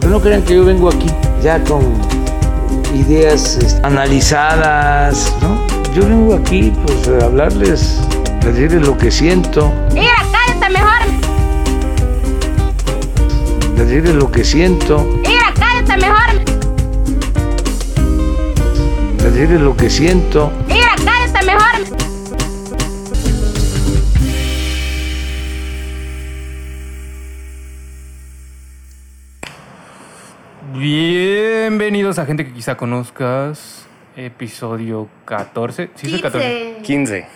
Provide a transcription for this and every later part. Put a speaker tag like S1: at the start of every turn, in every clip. S1: Pero no crean que yo vengo aquí ya con ideas este, analizadas, ¿no? Yo vengo aquí pues a hablarles, a decirles lo que siento,
S2: Mira, cállate mejor.
S1: a decirles lo que siento,
S2: Mira, cállate mejor.
S1: a decirles lo que siento.
S2: Mira, cállate mejor.
S3: Bienvenidos a gente que quizá conozcas. Episodio 14. Sí, es el 14.
S4: 15.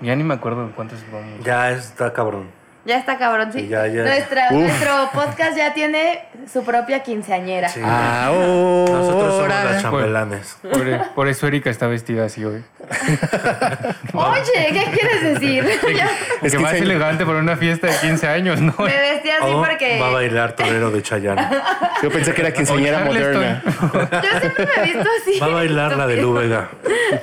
S3: Ya ni me acuerdo cuántos vamos.
S4: Ya está cabrón.
S5: Ya está cabrón, sí.
S4: Sí, ya, ya.
S5: Nuestra-
S4: Uf.
S5: nuestro podcast ya tiene su propia quinceañera.
S4: Sí.
S6: Ahora.
S4: Nosotros somos las chambelanes.
S3: Por, por eso Erika está vestida así hoy.
S5: Oye, ¿qué quieres decir? Ya
S3: Es que más
S4: se-
S3: elegante por una fiesta de 15 años, ¿no?
S5: me vestí así
S4: Oh, Va a
S5: porque
S4: bailar torero de Chayanne.
S6: Yo pensé que era quinceañera
S3: Charleston.
S6: moderna.
S5: yo siempre me he visto así.
S4: Va a bailar la de Lu Vega.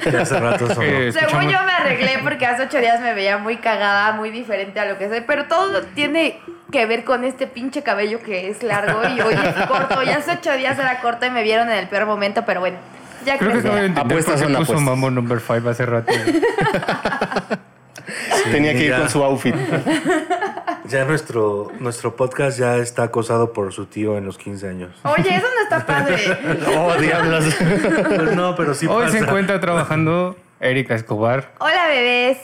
S4: Que hace rato sonó.
S3: Eh,
S5: Según
S3: escuchamos-
S5: yo me arreglé porque hace ocho días me veía muy cagada, muy diferente a lo que soy, pero todo tiene que ver con este pinche cabello que es largo y hoy es corto. Y hace ocho días era corto y me vieron en el peor momento, pero bueno, ya
S3: Creo que acabo de
S5: crecerá.
S3: entender
S6: Apuestas
S3: por qué
S6: son
S3: puso
S6: apuestas.
S3: Mambo Number 5 hace rato.
S6: Tenía que ir
S4: ya.
S6: con su outfit.
S4: Ya nuestro, nuestro podcast ya está acosado por su tío en los 15 años.
S5: Oye, eso no está padre.
S6: Oh, diablos.
S4: Pues no, pero sí
S3: Hoy
S4: pasa.
S3: se encuentra trabajando Erika Escobar,
S5: Hola, bebés.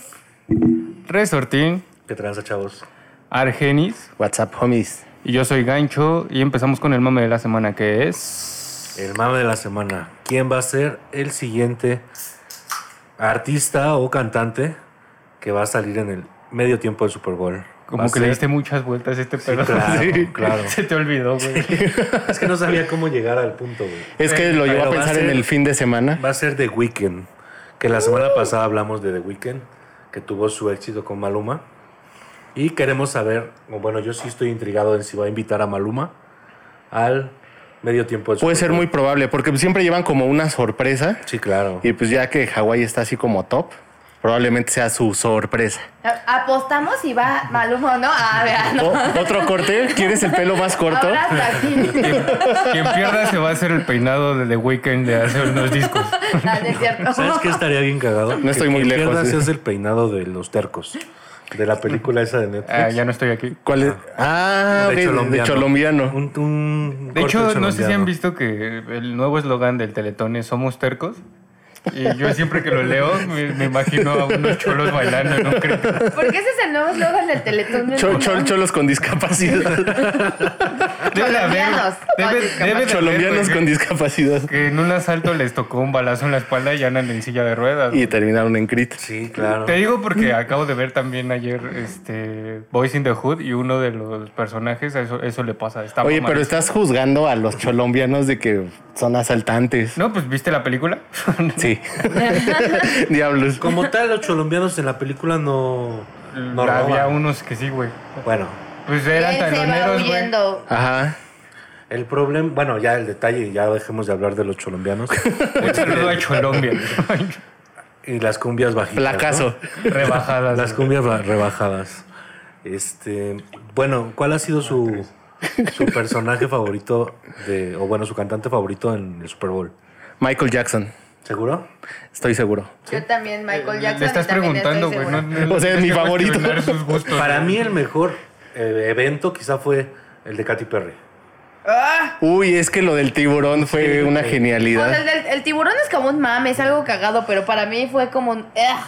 S3: Resortín,
S4: ¿Qué tranza, chavos?
S3: Argenis
S6: WhatsApp, homies.
S3: y yo soy Gancho. Y empezamos con el mame de la semana que es.
S4: El mame de la semana. ¿Quién va a ser el siguiente artista o cantante que va a salir en el medio tiempo del Super Bowl? Va
S3: Como
S4: a
S3: que
S4: ser-
S3: le diste muchas vueltas a este pedo.
S4: claro, claro.
S3: Se te olvidó, güey.
S4: Es que no sabía cómo llegar al punto, güey.
S6: Es que lo llevo
S4: Pero
S6: a
S4: va
S6: pensar
S4: a
S6: en
S4: ser-
S6: el fin de semana.
S4: Va a ser The Weeknd. Que la semana
S6: Uh.
S4: pasada hablamos de The Weeknd, que tuvo su éxito con Maluma. Y queremos saber, o bueno, yo sí estoy intrigado en si va a invitar a Maluma al medio tiempo del
S6: Puede
S4: Super
S6: ser
S4: Bowl.
S6: muy probable, porque siempre llevan como una sorpresa.
S4: Sí, claro.
S6: Y pues ya que Hawái está así como top, probablemente sea su sorpresa.
S5: A- Apostamos y va Maluma o no. A ver, no.
S4: ¿Oh,
S6: O- otro corte, ¿quieres el pelo más corto?
S5: Ahora hasta aquí.
S3: Quien pierda se va a hacer el peinado de The Weeknd de hace unos discos.
S5: Ah, no es cierto.
S4: ¿Sabes qué estaría bien cagado?
S6: No estoy muy lejos, sí.
S4: es el peinado de los tercos. De la película esa de Netflix.
S3: Ah, ya no estoy aquí.
S6: ¿Cuál es? Ah, ok, de colombiano.
S4: Un- un
S3: De
S4: corte
S3: hecho, no sé si
S4: cholombiano.
S3: han visto que el nuevo eslogan del Teletón es Somos tercos. Y yo siempre que lo leo me, me imagino a unos cholos bailando, ¿no creo?
S5: ¿Por qué ese es el nuevo eslogan del Teletón? No
S6: Cho-
S5: entiendo.
S6: cho- cholos con discapacidad.
S3: Debe de haber-
S5: Colombianos.
S3: debe- debe de haber,
S6: Cholombianos
S3: güey,
S6: con discapacidad.
S3: Que en un asalto les tocó un balazo en la espalda y andan en silla de ruedas.
S6: Y terminaron en crit.
S4: Sí, claro.
S3: Te digo porque acabo de ver también ayer este Boys in the Hood y uno de los personajes, eso, eso le pasa. Está
S6: Oye,
S3: mamadísimo.
S6: pero estás juzgando a los cholombianos de que son asaltantes.
S3: No, pues viste la película.
S6: Sí. Diablos.
S4: Como tal, los colombianos en la película no. no
S3: Había
S4: roban.
S3: unos que sí, güey.
S4: Bueno,
S3: Pues eran
S5: Él se va
S3: taloneros, güey.
S5: huyendo.
S6: Ajá.
S4: el problema. Bueno, ya el detalle, ya dejemos de hablar de los colombianos.
S3: Un saludo a Colombia.
S4: y las cumbias bajitas. ¿no?
S6: Placazo.
S3: Rebajadas.
S4: Las
S3: güey.
S4: cumbias ba- rebajadas. Este. Bueno, ¿cuál ha sido su. Su personaje favorito de, o bueno, su cantante favorito en el Super Bowl.
S6: Michael Jackson.
S4: ¿Seguro?
S6: Estoy seguro.
S5: Yo también, Michael Jackson.
S3: Le Eh, estás
S5: y también estoy
S3: preguntando, güey.
S5: segura.
S3: no- no-
S6: O sea,
S3: no
S6: mi
S3: te voy a
S6: favorito.
S3: cuestionar sus gustos,
S4: Para
S3: güey.
S4: mí el mejor eh, evento quizá fue el de Katy Perry.
S6: Uy, es que lo del tiburón fue una
S5: O sea,
S6: genialidad.
S5: el, del- el tiburón es como un mame, es algo cagado, pero para mí fue como un. ugh.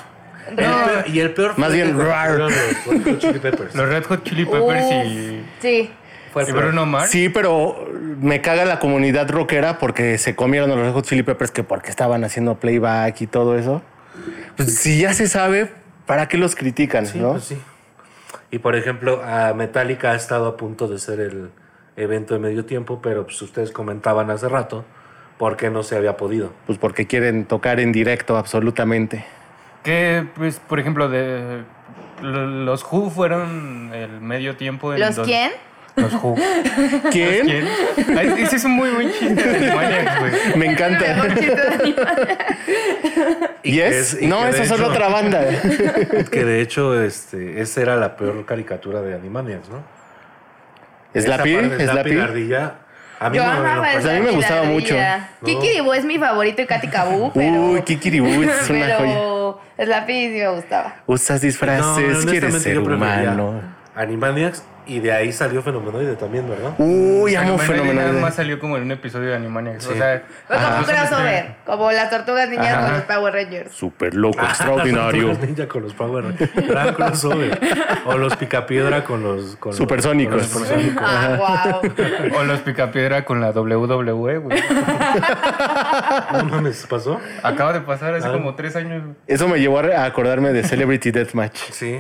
S4: El peor- y el peor fue
S6: Más
S4: el
S6: bien,
S4: de-
S6: rar.
S4: fueron los- fueron los Chili Peppers.
S3: Los Red Hot Chili Peppers y,
S5: Uf, Sí.
S4: Fue el
S3: y
S4: peor.
S3: Bruno Mars.
S6: Pues, Sí, pero me caga la comunidad rockera porque se comieron a los Red Hot Chili Peppers que porque estaban haciendo playback y todo eso. Pues si ya se sabe, ¿para qué los critican,
S4: Sí,
S6: no?
S4: pues sí. Y por ejemplo, a Metallica ha estado a punto de ser el evento de medio tiempo, pero pues ustedes comentaban hace rato por qué no se había podido.
S6: Pues porque quieren tocar en directo absolutamente.
S3: Que, pues, por ejemplo, de lo- los Who fueron el medio tiempo. en
S5: ¿Los
S3: donde-
S5: quién?
S3: Los Who.
S4: Pues
S6: ¿Quién?
S3: ¿Quién? Ay, Ese es un muy buen chiste de Animaniacs, güey.
S6: Me
S5: Mejor
S6: encanta.
S5: chiste de animal.
S6: ¿Y es?
S4: que y
S6: No,
S4: que
S6: esa
S4: de
S6: es solo
S4: hecho-
S6: otra banda.
S4: Que de hecho, este, esa era la peor caricatura de Animaniacs, ¿no?
S6: ¿Es la
S4: Esa
S6: pi?
S4: parte de
S6: ¿Es la
S4: Slappy
S6: pi?
S4: Ardilla A mí
S5: Yo
S4: no, no,
S5: amaba
S4: pues
S6: a mí me gustaba mucho.
S5: Kikiribú es mi favorito y Katy Kabú, pero.
S6: Uy, Kikiribú es una joya.
S5: Pero Slappy sí me gustaba.
S6: Usas disfraces,
S4: honestamente,
S6: quieres ser
S4: yo preferiría
S6: humano.
S4: Animaniacs y de ahí salió Fenomenoide también, ¿verdad?
S6: Uy, amo
S3: Animaniacs Nada
S6: fenomenal.
S3: más salió como en un episodio de Animaniacs. O
S4: Sí.
S3: sea,
S5: Fue como
S3: no
S5: un
S3: se me
S5: crossover,
S3: extraña.
S5: como las tortugas niñas con los Power Rangers.
S6: Súper loco, extraordinario.
S4: Los ninja con los Power Rangers. Gran crossover. o los Picapiedra con los... Con los-
S6: Supersónicos.
S4: con los supersónicos.
S5: Ah, wow.
S3: O los Picapiedra con la WWE, güey.
S4: No mames, ¿pasó?
S3: Acaba de pasar hace como tres años. güey.
S6: Eso me llevó a re- a acordarme de Celebrity Deathmatch.
S4: Sí.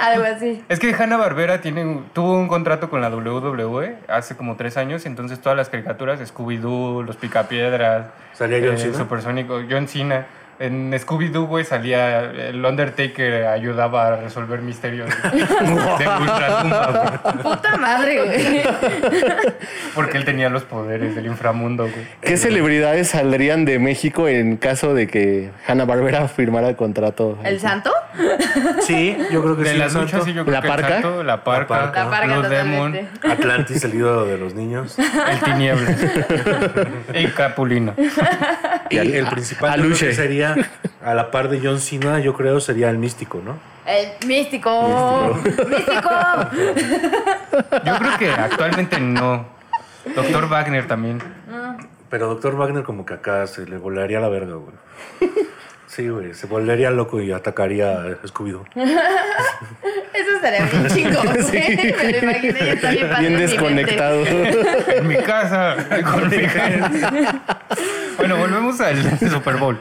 S5: Algo así.
S3: Es que Hanna Barbera tiene, un- tuvo un contrato con la WWE hace como tres años, entonces todas las caricaturas, Scooby-Doo, Los Picapiedras,
S4: Salía
S3: Eh,
S4: John Cena.
S3: Supersónico, John Cena. En Scooby-Doo, güey, salía el Undertaker, ayudaba a resolver misterios güey, de ultratumba, güey,
S5: Puta madre, güey.
S3: porque él tenía los poderes del inframundo, güey.
S6: ¿Qué celebridades saldrían de México en caso de que Hanna Barbera firmara el contrato?
S5: ¿El santo?
S4: Sí, yo creo que
S3: De
S4: sí.
S3: las
S4: exacto.
S3: luchas, sí, yo creo
S6: ¿La
S3: que el
S6: parca?
S3: Santo, la parca,
S4: La parca.
S5: La parga
S3: Blue Demon,
S5: totalmente.
S4: Atlantis, el ídolo de los niños.
S3: el Tinieblas y Capulina.
S4: Y el principal yo creo
S6: Aluche.
S4: que sería, a la par de John Cena, yo creo sería el místico, ¿no?
S5: El Eh, místico. Místico.
S3: Yo creo que actualmente no. Doctor Wagner también.
S4: Pero Doctor Wagner como que acá se le volaría la verga, güey. Sí, güey, se volvería loco y atacaría a Scooby-Doo.
S5: Eso estaría bien chingón, güey. Me lo imaginé, yo está bien padre
S6: Bien
S5: en mi mente.
S6: desconectado.
S3: En mi casa, con mi gente. Bueno, volvemos al Super Bowl.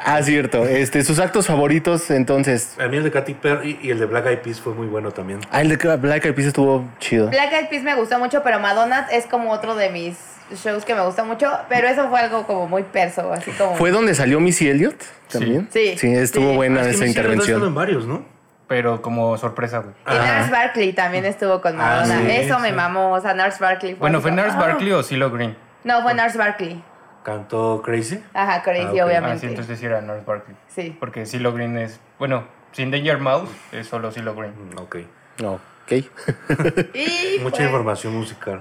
S6: ah, cierto. Este, sus actos favoritos, entonces.
S4: A mí el de Katy Perry y el de Black Eyed Peas fue muy bueno también.
S6: Ah, el de Black Eyed Peas estuvo chido.
S5: Black Eyed Peas me gustó mucho, pero Madonna es como otro de mis shows que me gusta mucho. Pero eso fue algo como muy perso, así como.
S6: ¿Fue donde salió Missy Elliott también?
S5: Sí.
S6: Sí, estuvo
S5: Sí.
S6: buena
S4: Es que
S6: esa
S4: Missy Elliott ha estado en
S6: intervención.
S4: varios, ¿no?
S3: Pero como sorpresa, güey.
S5: Y Nars Barkley también estuvo con
S4: Ah,
S5: Madonna.
S4: sí,
S5: eso me
S4: sí.
S5: mamó. O sea, Nars Barkley fue.
S3: Bueno,
S5: así
S3: ¿fue
S5: como,
S3: Nurse
S5: "Ah".
S3: Barkley o Silo Green?
S5: No, fue Nars Barkley.
S4: Cantó Crazy.
S5: Ajá, Crazy,
S4: Ah, ok.
S3: Ah, sí,
S5: obviamente.
S3: entonces sí era Nurse Barkley.
S5: Sí.
S3: Porque Silo Green es. Bueno, sin Danger Mouse es solo Silo Green.
S4: Mm, Ok.
S6: No, ok.
S5: Y
S4: Mucha
S5: fue-
S4: información musical.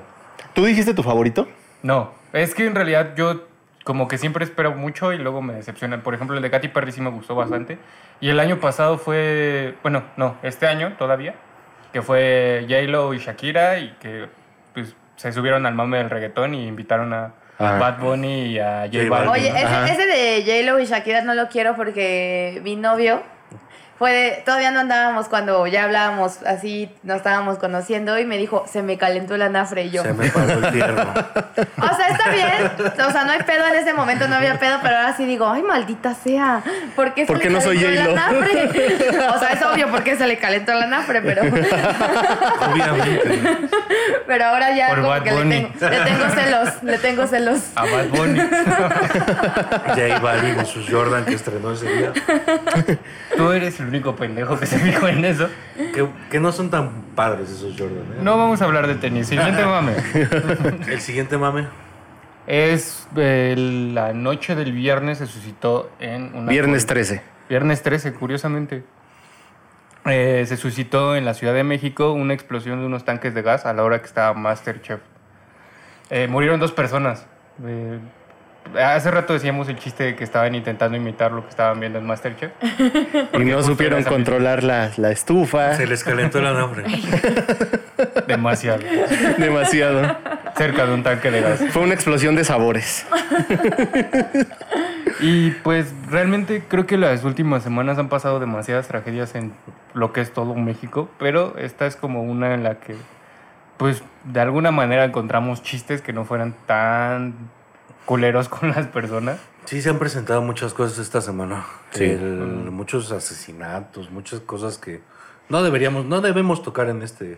S6: ¿Tú dijiste tu favorito?
S3: No, es que en realidad yo como que siempre espero mucho y luego me decepcionan. Por ejemplo, el de Katy Perry sí me gustó bastante. Y el año pasado fue, bueno, no, este año todavía, que fue J-Lo y Shakira y que pues se subieron al mame del reggaetón y invitaron a
S6: Ah.
S3: Bad Bunny y a J Balvin.
S4: J Balvin.
S5: Oye,
S6: Ajá.
S5: ese, ese de J-Lo y Shakira no lo quiero porque mi novio fue de- todavía no andábamos cuando ya hablábamos así, nos estábamos conociendo y me dijo, se me calentó el anafre y yo.
S4: Se me paró el tierno.
S5: O sea, está bien. O sea, no hay pedo en ese momento, no había pedo, pero ahora sí digo, ay, maldita sea. ¿Por qué se
S6: ¿Por qué
S5: le
S6: no soy
S5: calentó el
S6: J-Lo?
S5: anafre? O sea, es obvio por qué se le calentó el anafre, pero,
S4: Obviamente.
S5: pero ahora ya
S3: Por
S5: como
S3: Bad
S5: que le
S3: Bunny.
S5: tengo, le tengo celos, le tengo celos.
S6: Ah.
S3: A Bad Bunny.
S4: J Balvin y sus Jordan que estrenó ese día.
S3: Tú eres el único pendejo que se fijó en eso.
S4: Que, que no son tan padres esos Jordan. ¿eh?
S3: No vamos a hablar de tenis. Siguiente mame.
S4: El siguiente mame.
S3: Es eh, la noche del viernes se suscitó en una
S6: Viernes 13.
S3: Viernes 13, curiosamente. Eh, se suscitó en la Ciudad de México una explosión de unos tanques de gas a la hora que estaba Masterchef. Eh, murieron dos personas. Eh, hace rato decíamos el chiste de que estaban intentando imitar lo que estaban viendo en Masterchef.
S6: Y no supieron
S3: esa
S6: controlar la, la estufa
S4: Se les calentó el anafre.
S3: Demasiado.
S6: demasiado.
S3: Cerca de un tanque de gas.
S6: Fue una explosión de sabores.
S3: Y pues realmente creo que las últimas semanas han pasado demasiadas tragedias en lo que es todo México, pero esta es como una en la que pues de alguna manera encontramos chistes que no fueran tan culeros con las personas.
S4: Sí, se han presentado muchas cosas esta semana.
S6: Sí.
S4: El- muchos asesinatos, muchas cosas que no deberíamos, no debemos tocar en este,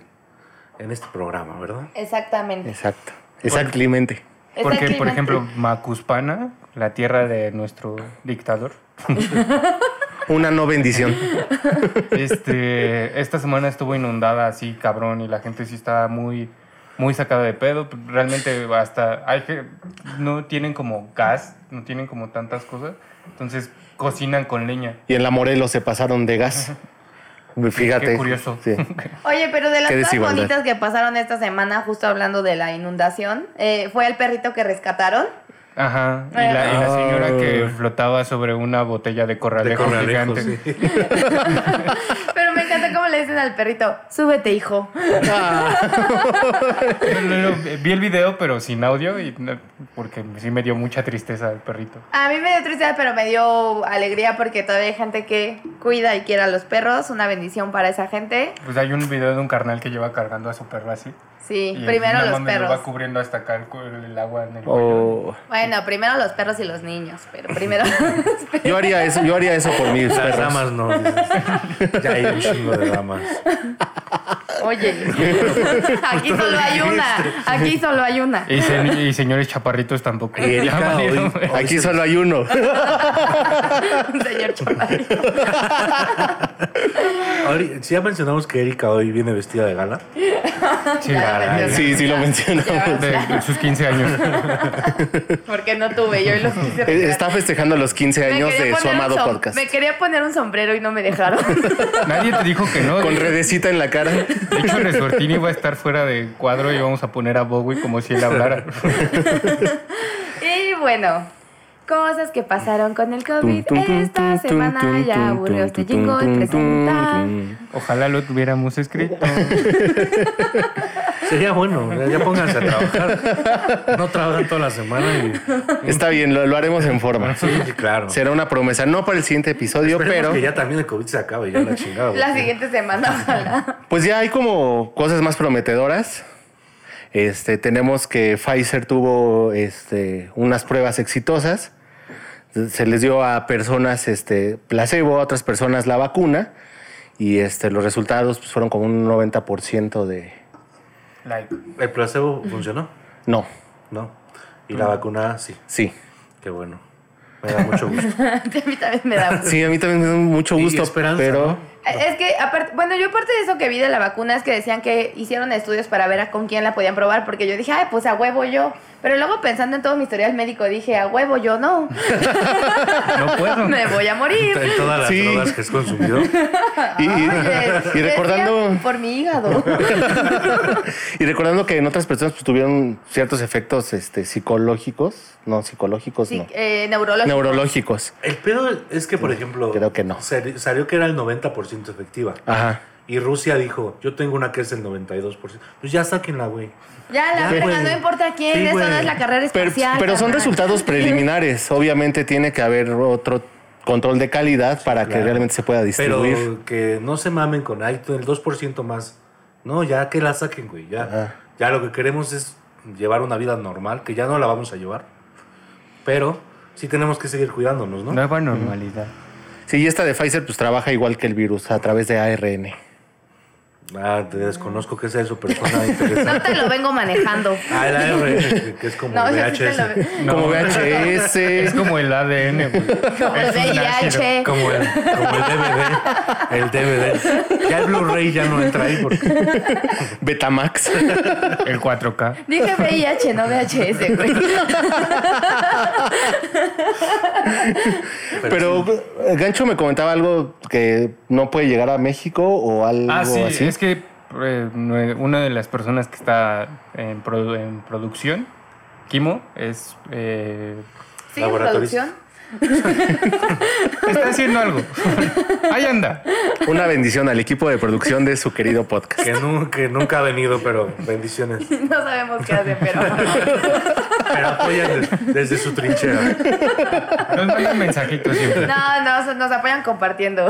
S4: en este programa, ¿verdad?
S5: Exactamente.
S6: Exacto. Exactamente.
S3: Porque por
S5: Exactamente.
S3: ejemplo Macuspana, la tierra de nuestro dictador,
S6: Una no bendición.
S3: este, esta semana estuvo inundada así cabrón y la gente sí estaba muy... Muy sacada de pedo, realmente hasta hay que no tienen como gas, no tienen como tantas cosas, entonces cocinan con leña.
S6: Y en la Morelos se pasaron de gas. Fíjate.
S3: Qué curioso.
S6: Sí.
S5: Oye, pero de las
S6: Qué
S5: cosas
S6: desigualdad.
S5: bonitas que pasaron esta semana, justo hablando de la inundación, eh, fue el perrito que rescataron.
S3: Ajá. Y la, y la señora que
S4: Ah.
S3: flotaba sobre una botella de
S4: De
S3: corralejo
S4: corralejo,
S3: gigante.
S4: sí.
S5: Pero me encanta cómo le dicen al perrito, súbete, hijo.
S3: No, no, no, eh, Vi el video, pero sin audio, y no- porque sí me dio mucha tristeza el perrito.
S5: A mí me dio tristeza, pero me dio alegría porque todavía hay gente que cuida y quiere a los perros. Una bendición para esa gente.
S3: Pues hay un video de un carnal que lleva cargando a su perro así.
S5: Sí,
S3: y
S5: primero
S3: nada
S5: los
S3: más me lo va
S5: perros.
S3: cubriendo hasta acá el, cu- el agua en el
S4: Oh.
S3: cuello.
S6: O-
S5: Bueno, primero los perros y los niños, pero primero...
S6: Yo haría eso, yo haría eso por mis
S4: Las
S6: perros.
S4: damas no. dices. Ya hay un chingo de damas.
S5: Oye, aquí solo hay una, aquí solo hay una.
S3: Y, se- y señores chaparritos tampoco.
S4: Y Erika
S3: Ya valieron,
S4: hoy-
S3: güey.
S6: Aquí solo hay uno.
S5: Señor Chaparro.
S4: Ahori- Si ya mencionamos que Erika hoy viene vestida de gala.
S3: Sí,
S5: Ya lo
S3: caray.
S5: mencioné.
S6: Sí, sí lo mencionamos.
S3: de, de sus 15 años.
S5: Porque no tuve, yo y los quise
S6: Eh,
S5: regalar.
S6: Está festejando los 15
S5: Me
S6: años
S5: quería
S6: de su
S5: poner un
S6: amado
S5: som-
S6: podcast.
S5: Me quería poner un sombrero y no me dejaron.
S3: Nadie te dijo que no.
S6: Con
S3: de-
S6: redecita en la cara.
S3: De hecho, Resortini va a estar fuera de cuadro y vamos a poner a Bowie como si él hablara.
S5: y bueno, cosas que pasaron con el COVID. Esta semana ya aburrió este jingle presenta.
S3: Ojalá lo tuviéramos escrito.
S4: Sería bueno, ya pónganse a trabajar. No trabajan toda la semana y.
S6: Está bien, lo, lo haremos en forma.
S4: Ah, Sí, claro.
S6: Será una promesa, no para el siguiente episodio,
S4: Esperemos
S6: pero
S4: que ya también el COVID se acabe, ya la chingada.
S5: La
S4: porque-
S5: siguiente semana, ojalá.
S6: pues ya hay como cosas más prometedoras. Este, tenemos que Pfizer tuvo este, unas pruebas exitosas. Se les dio a personas este, placebo, a otras personas la vacuna. Y este, los resultados pues, fueron como un 90% de...
S3: Like.
S4: ¿El placebo funcionó?
S6: No,
S4: No. Y la vacuna sí.
S6: sí.
S4: Qué bueno. Me da mucho gusto.
S5: A mí también me da gusto.
S6: Sí, a mí también me da mucho
S4: Y
S6: gusto,
S4: esperanza,
S6: pero...
S4: ¿no?
S5: Es que, aparte, bueno, yo aparte de eso que vi de la vacuna es que decían que hicieron estudios para ver a con quién la podían probar, porque yo dije, ay, pues a huevo yo. Pero luego pensando en todo mi historial médico, dije, a huevo yo no,
S3: No puedo.
S5: me voy a morir.
S4: En todas las
S6: Sí.
S4: drogas que has consumido.
S6: Y, y-
S5: Oye,
S6: y recordando,
S5: decían Por mi hígado.
S6: y recordando que en otras personas pues, tuvieron ciertos efectos este, psicológicos, no psicológicos,
S5: Sí,
S6: no,
S5: eh, neurológico.
S6: neurológicos.
S4: El pedo es que, por ejemplo.
S6: creo que no. Ah.
S4: sali- Salió que era el 90% efectiva.
S6: Ajá.
S4: Y Rusia dijo: Yo tengo una que es el 92%. Pues ya sáquenla, güey.
S5: ya, la
S4: Ya,
S5: verga,
S4: güey.
S5: no importa quién,
S4: Sí,
S5: eso
S4: güey.
S5: no es la carrera
S6: Pero,
S5: espacial.
S6: pero son
S5: carnal.
S6: resultados preliminares. Obviamente tiene que haber otro control de calidad para que
S4: Claro.
S6: realmente se pueda distribuir.
S4: Pero que no se mamen con ahí el 2% más. No, ya que la saquen, güey. Ya,
S6: Ajá.
S4: ya lo que queremos es llevar una vida normal, que ya no la vamos a llevar. Pero sí tenemos que seguir cuidándonos, ¿no?
S3: Nueva normalidad.
S6: Sí, y esta de Pfizer pues trabaja igual que el virus a través de ARN.
S4: Ah, te desconozco qué es eso, pero suena interesante.
S5: No te lo vengo manejando.
S4: Ah, el AR, que es como
S5: No,
S4: el
S5: yo sí te
S4: VHS.
S5: lo veo.
S3: No.
S6: Como E. VHS.
S3: Es como el ADN, güey.
S5: Como el
S3: Es un ácido.
S5: VIH.
S4: Como el, como el DVD. El DVD. Ya el Blu-ray ya no entra ahí porque.
S6: Betamax.
S3: El 4K.
S5: Dije VIH, no VHS, güey.
S6: Pero eh, Gancho me comentaba algo que no puede llegar a México o algo
S3: Ah, sí,
S6: así.
S3: es que eh, nue- una de las personas que está en, produ- en producción, Kimo, es. eh,
S5: ¿Sigue en
S4: Laboratorista.
S5: producción?
S3: está haciendo algo. Ahí anda.
S6: Una bendición al equipo de producción de su querido podcast.
S4: Que, nu- que nunca ha venido, pero bendiciones.
S5: No sabemos qué hace, pero...
S4: Pero apoyan des- desde su trinchera.
S3: Nos mandan mensajitos siempre.
S5: No, no, nos apoyan compartiendo.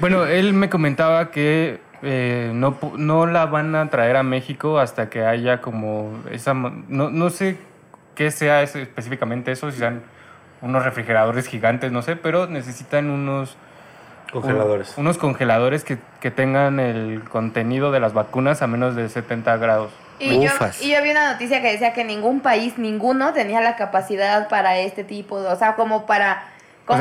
S3: Bueno, él me comentaba que eh, no, pu- no la van a traer a México hasta que haya como esa... mo- No, no sé qué sea eso- específicamente eso, si sean unos refrigeradores gigantes, no sé, pero necesitan unos...
S4: Congeladores.
S3: un- unos congeladores que, que tengan el contenido de las vacunas a menos de 70 grados.
S5: Y yo,
S6: Ufas.
S5: y yo vi una noticia que decía que ningún país, ninguno, tenía la capacidad para este tipo, de- o sea, como para
S3: O sea,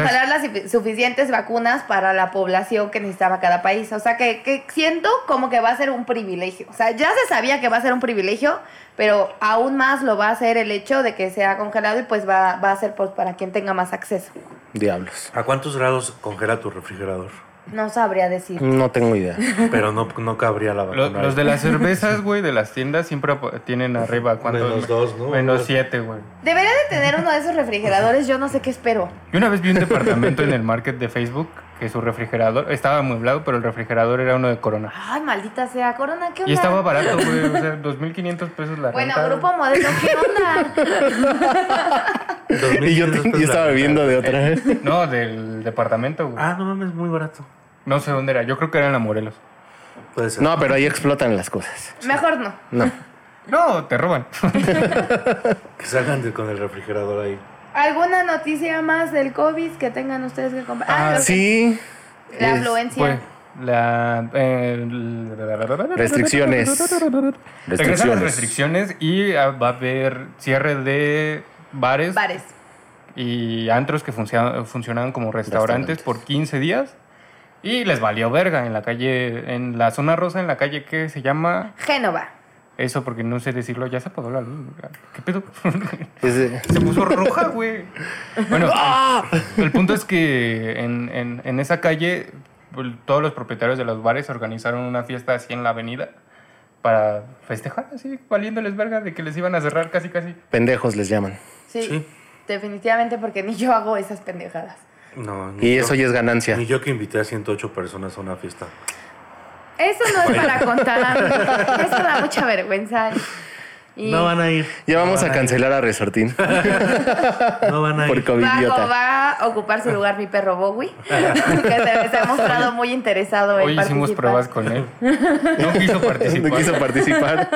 S3: es-
S5: congelar las sufi- suficientes vacunas para la población que necesitaba cada país. O sea, que, que siento como que va a ser un privilegio. O sea, ya se sabía que va a ser un privilegio, pero aún más lo va a ser el hecho de que sea congelado y pues va, va a ser por- para quien tenga más acceso.
S6: Diablos.
S4: ¿A cuántos grados congela tu refrigerador?
S5: No sabría decir.
S6: No tengo idea.
S4: Pero no, no cabría la
S3: Lo-
S4: vacuna.
S3: los de las cervezas, güey, de las tiendas siempre ap- tienen arriba cuando
S4: Menos dos, ¿no?
S3: Menos siete, güey.
S5: Debería de tener uno de esos refrigeradores, yo no sé qué espero.
S3: Yo una vez vi un departamento en el market de Facebook que su refrigerador estaba amueblado, pero el refrigerador era uno de Corona.
S5: Ay, maldita sea, Corona, ¿qué onda?
S3: Y estaba barato, güey, o sea, 2.500 pesos la
S5: Bueno,
S3: renta.
S5: grupo modelo, ¿qué onda?
S6: y yo, te-
S4: 2.500 pesos
S6: yo estaba
S4: la
S6: bebiendo de otra.
S3: No, del departamento, güey.
S4: Ah, no mames, muy barato.
S3: No sé dónde era, yo creo que era en la Morelos.
S4: Puede ser.
S6: No, pero ahí explotan las cosas.
S5: Mejor no.
S6: No.
S3: No, te roban.
S4: Que salgan de- con el refrigerador ahí.
S5: ¿Alguna noticia más del COVID que tengan ustedes que compartir?
S3: Ah,
S5: lo que-
S6: Sí,
S5: La
S3: Es-
S5: afluencia.
S3: Pues, la, eh, el-
S6: restricciones. ¿eh?
S3: Regresan las
S6: Restricciones.
S3: restricciones y ah, va a haber cierre de bares,
S5: Bares.
S3: y antros que funciona- funcionaban como restaurantes,
S6: Restaurantes.
S3: por 15 días. Y les valió verga en la calle, en la zona rosa, en la calle que se llama
S5: Génova.
S3: eso, porque no sé decirlo, ya se apagó la luz. güey. ¿Qué pedo?
S6: Es-
S3: se puso roja, güey. Bueno, el punto es que en, en- en esa calle el- todos los propietarios de los bares organizaron una fiesta así en la avenida para festejar, así, valiéndoles verga de que les iban a cerrar casi, casi.
S6: Pendejos les llaman.
S5: Sí,
S4: Sí.
S5: Definitivamente porque ni yo hago esas pendejadas.
S4: No, ni
S6: Y
S4: yo-
S6: eso ya es ganancia.
S4: Ni yo que invité a 108 personas a una fiesta.
S5: Eso no es para contar. Eso da mucha vergüenza. Y
S4: a ir.
S6: Ya vamos a cancelar a Resortín
S4: No van a
S6: por
S4: ir.
S5: va, a-
S6: covidiota.
S5: va a ocupar su lugar mi perro Bowie, que se, se ha mostrado muy interesado en
S3: Hoy hicimos
S5: participar.
S3: pruebas con él. No quiso participar.
S6: No quiso participar.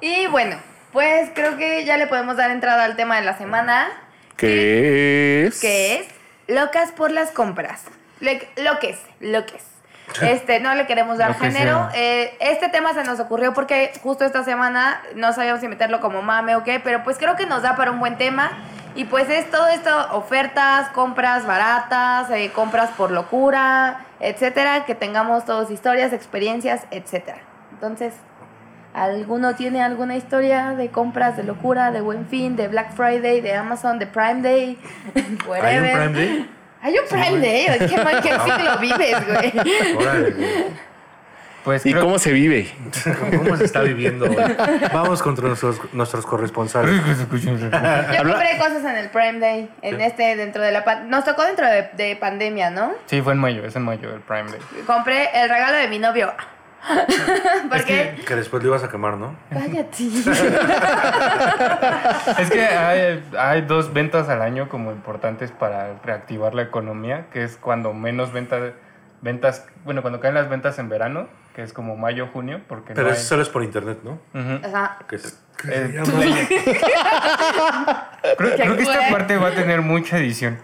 S5: Y bueno, pues creo que ya le podemos dar entrada al tema de la semana,
S6: ¿Qué
S3: Pues,
S6: es?
S5: que es locas por las compras. Le- loques, loques. Este, no le queremos dar
S3: Lo que
S5: género.
S3: sea.
S5: Eh, este tema se nos ocurrió porque justo esta semana no sabíamos si meterlo como mame o qué, pero pues creo que nos da para un buen tema. Y pues es todo esto, ofertas, compras baratas, eh, compras por locura, etcétera, que tengamos todos historias, experiencias, etcétera. Entonces, ¿Alguno tiene alguna historia de compras de locura, de Buen Fin, de Black Friday, de Amazon, de Prime Day?
S4: ¿Hay un
S5: Whatever.
S4: Prime Day?
S5: Hay un Prime Day. Ay, ¿Qué, mal- qué siglo vives, güey?
S4: Órale, güey.
S3: Pues
S6: ¿Y
S3: creo-
S6: cómo se vive?
S4: ¿Cómo se está viviendo? güey? Vamos contra nuestros, nuestros corresponsales.
S5: Yo compré cosas en el Prime Day, en
S4: Sí.
S5: este, dentro de la... pan- Nos tocó dentro de, de pandemia, ¿no?
S3: Sí, fue en mayo, es en mayo el Prime Day.
S5: Compré el regalo de mi novio. Porque...
S4: Que después lo ibas a quemar, ¿no?
S5: Cállate.
S3: Es que hay, hay dos ventas al año como importantes para reactivar la economía, que es cuando menos ventas, ventas, bueno, cuando caen las ventas en verano, que es como mayo, junio, porque
S4: Pero
S3: no hay...
S4: eso solo es por internet, ¿no?
S3: Ujú.
S5: Ajá.
S4: Que es-
S3: Eh, creo, creo que esta
S5: güey.
S3: parte va a tener mucha edición.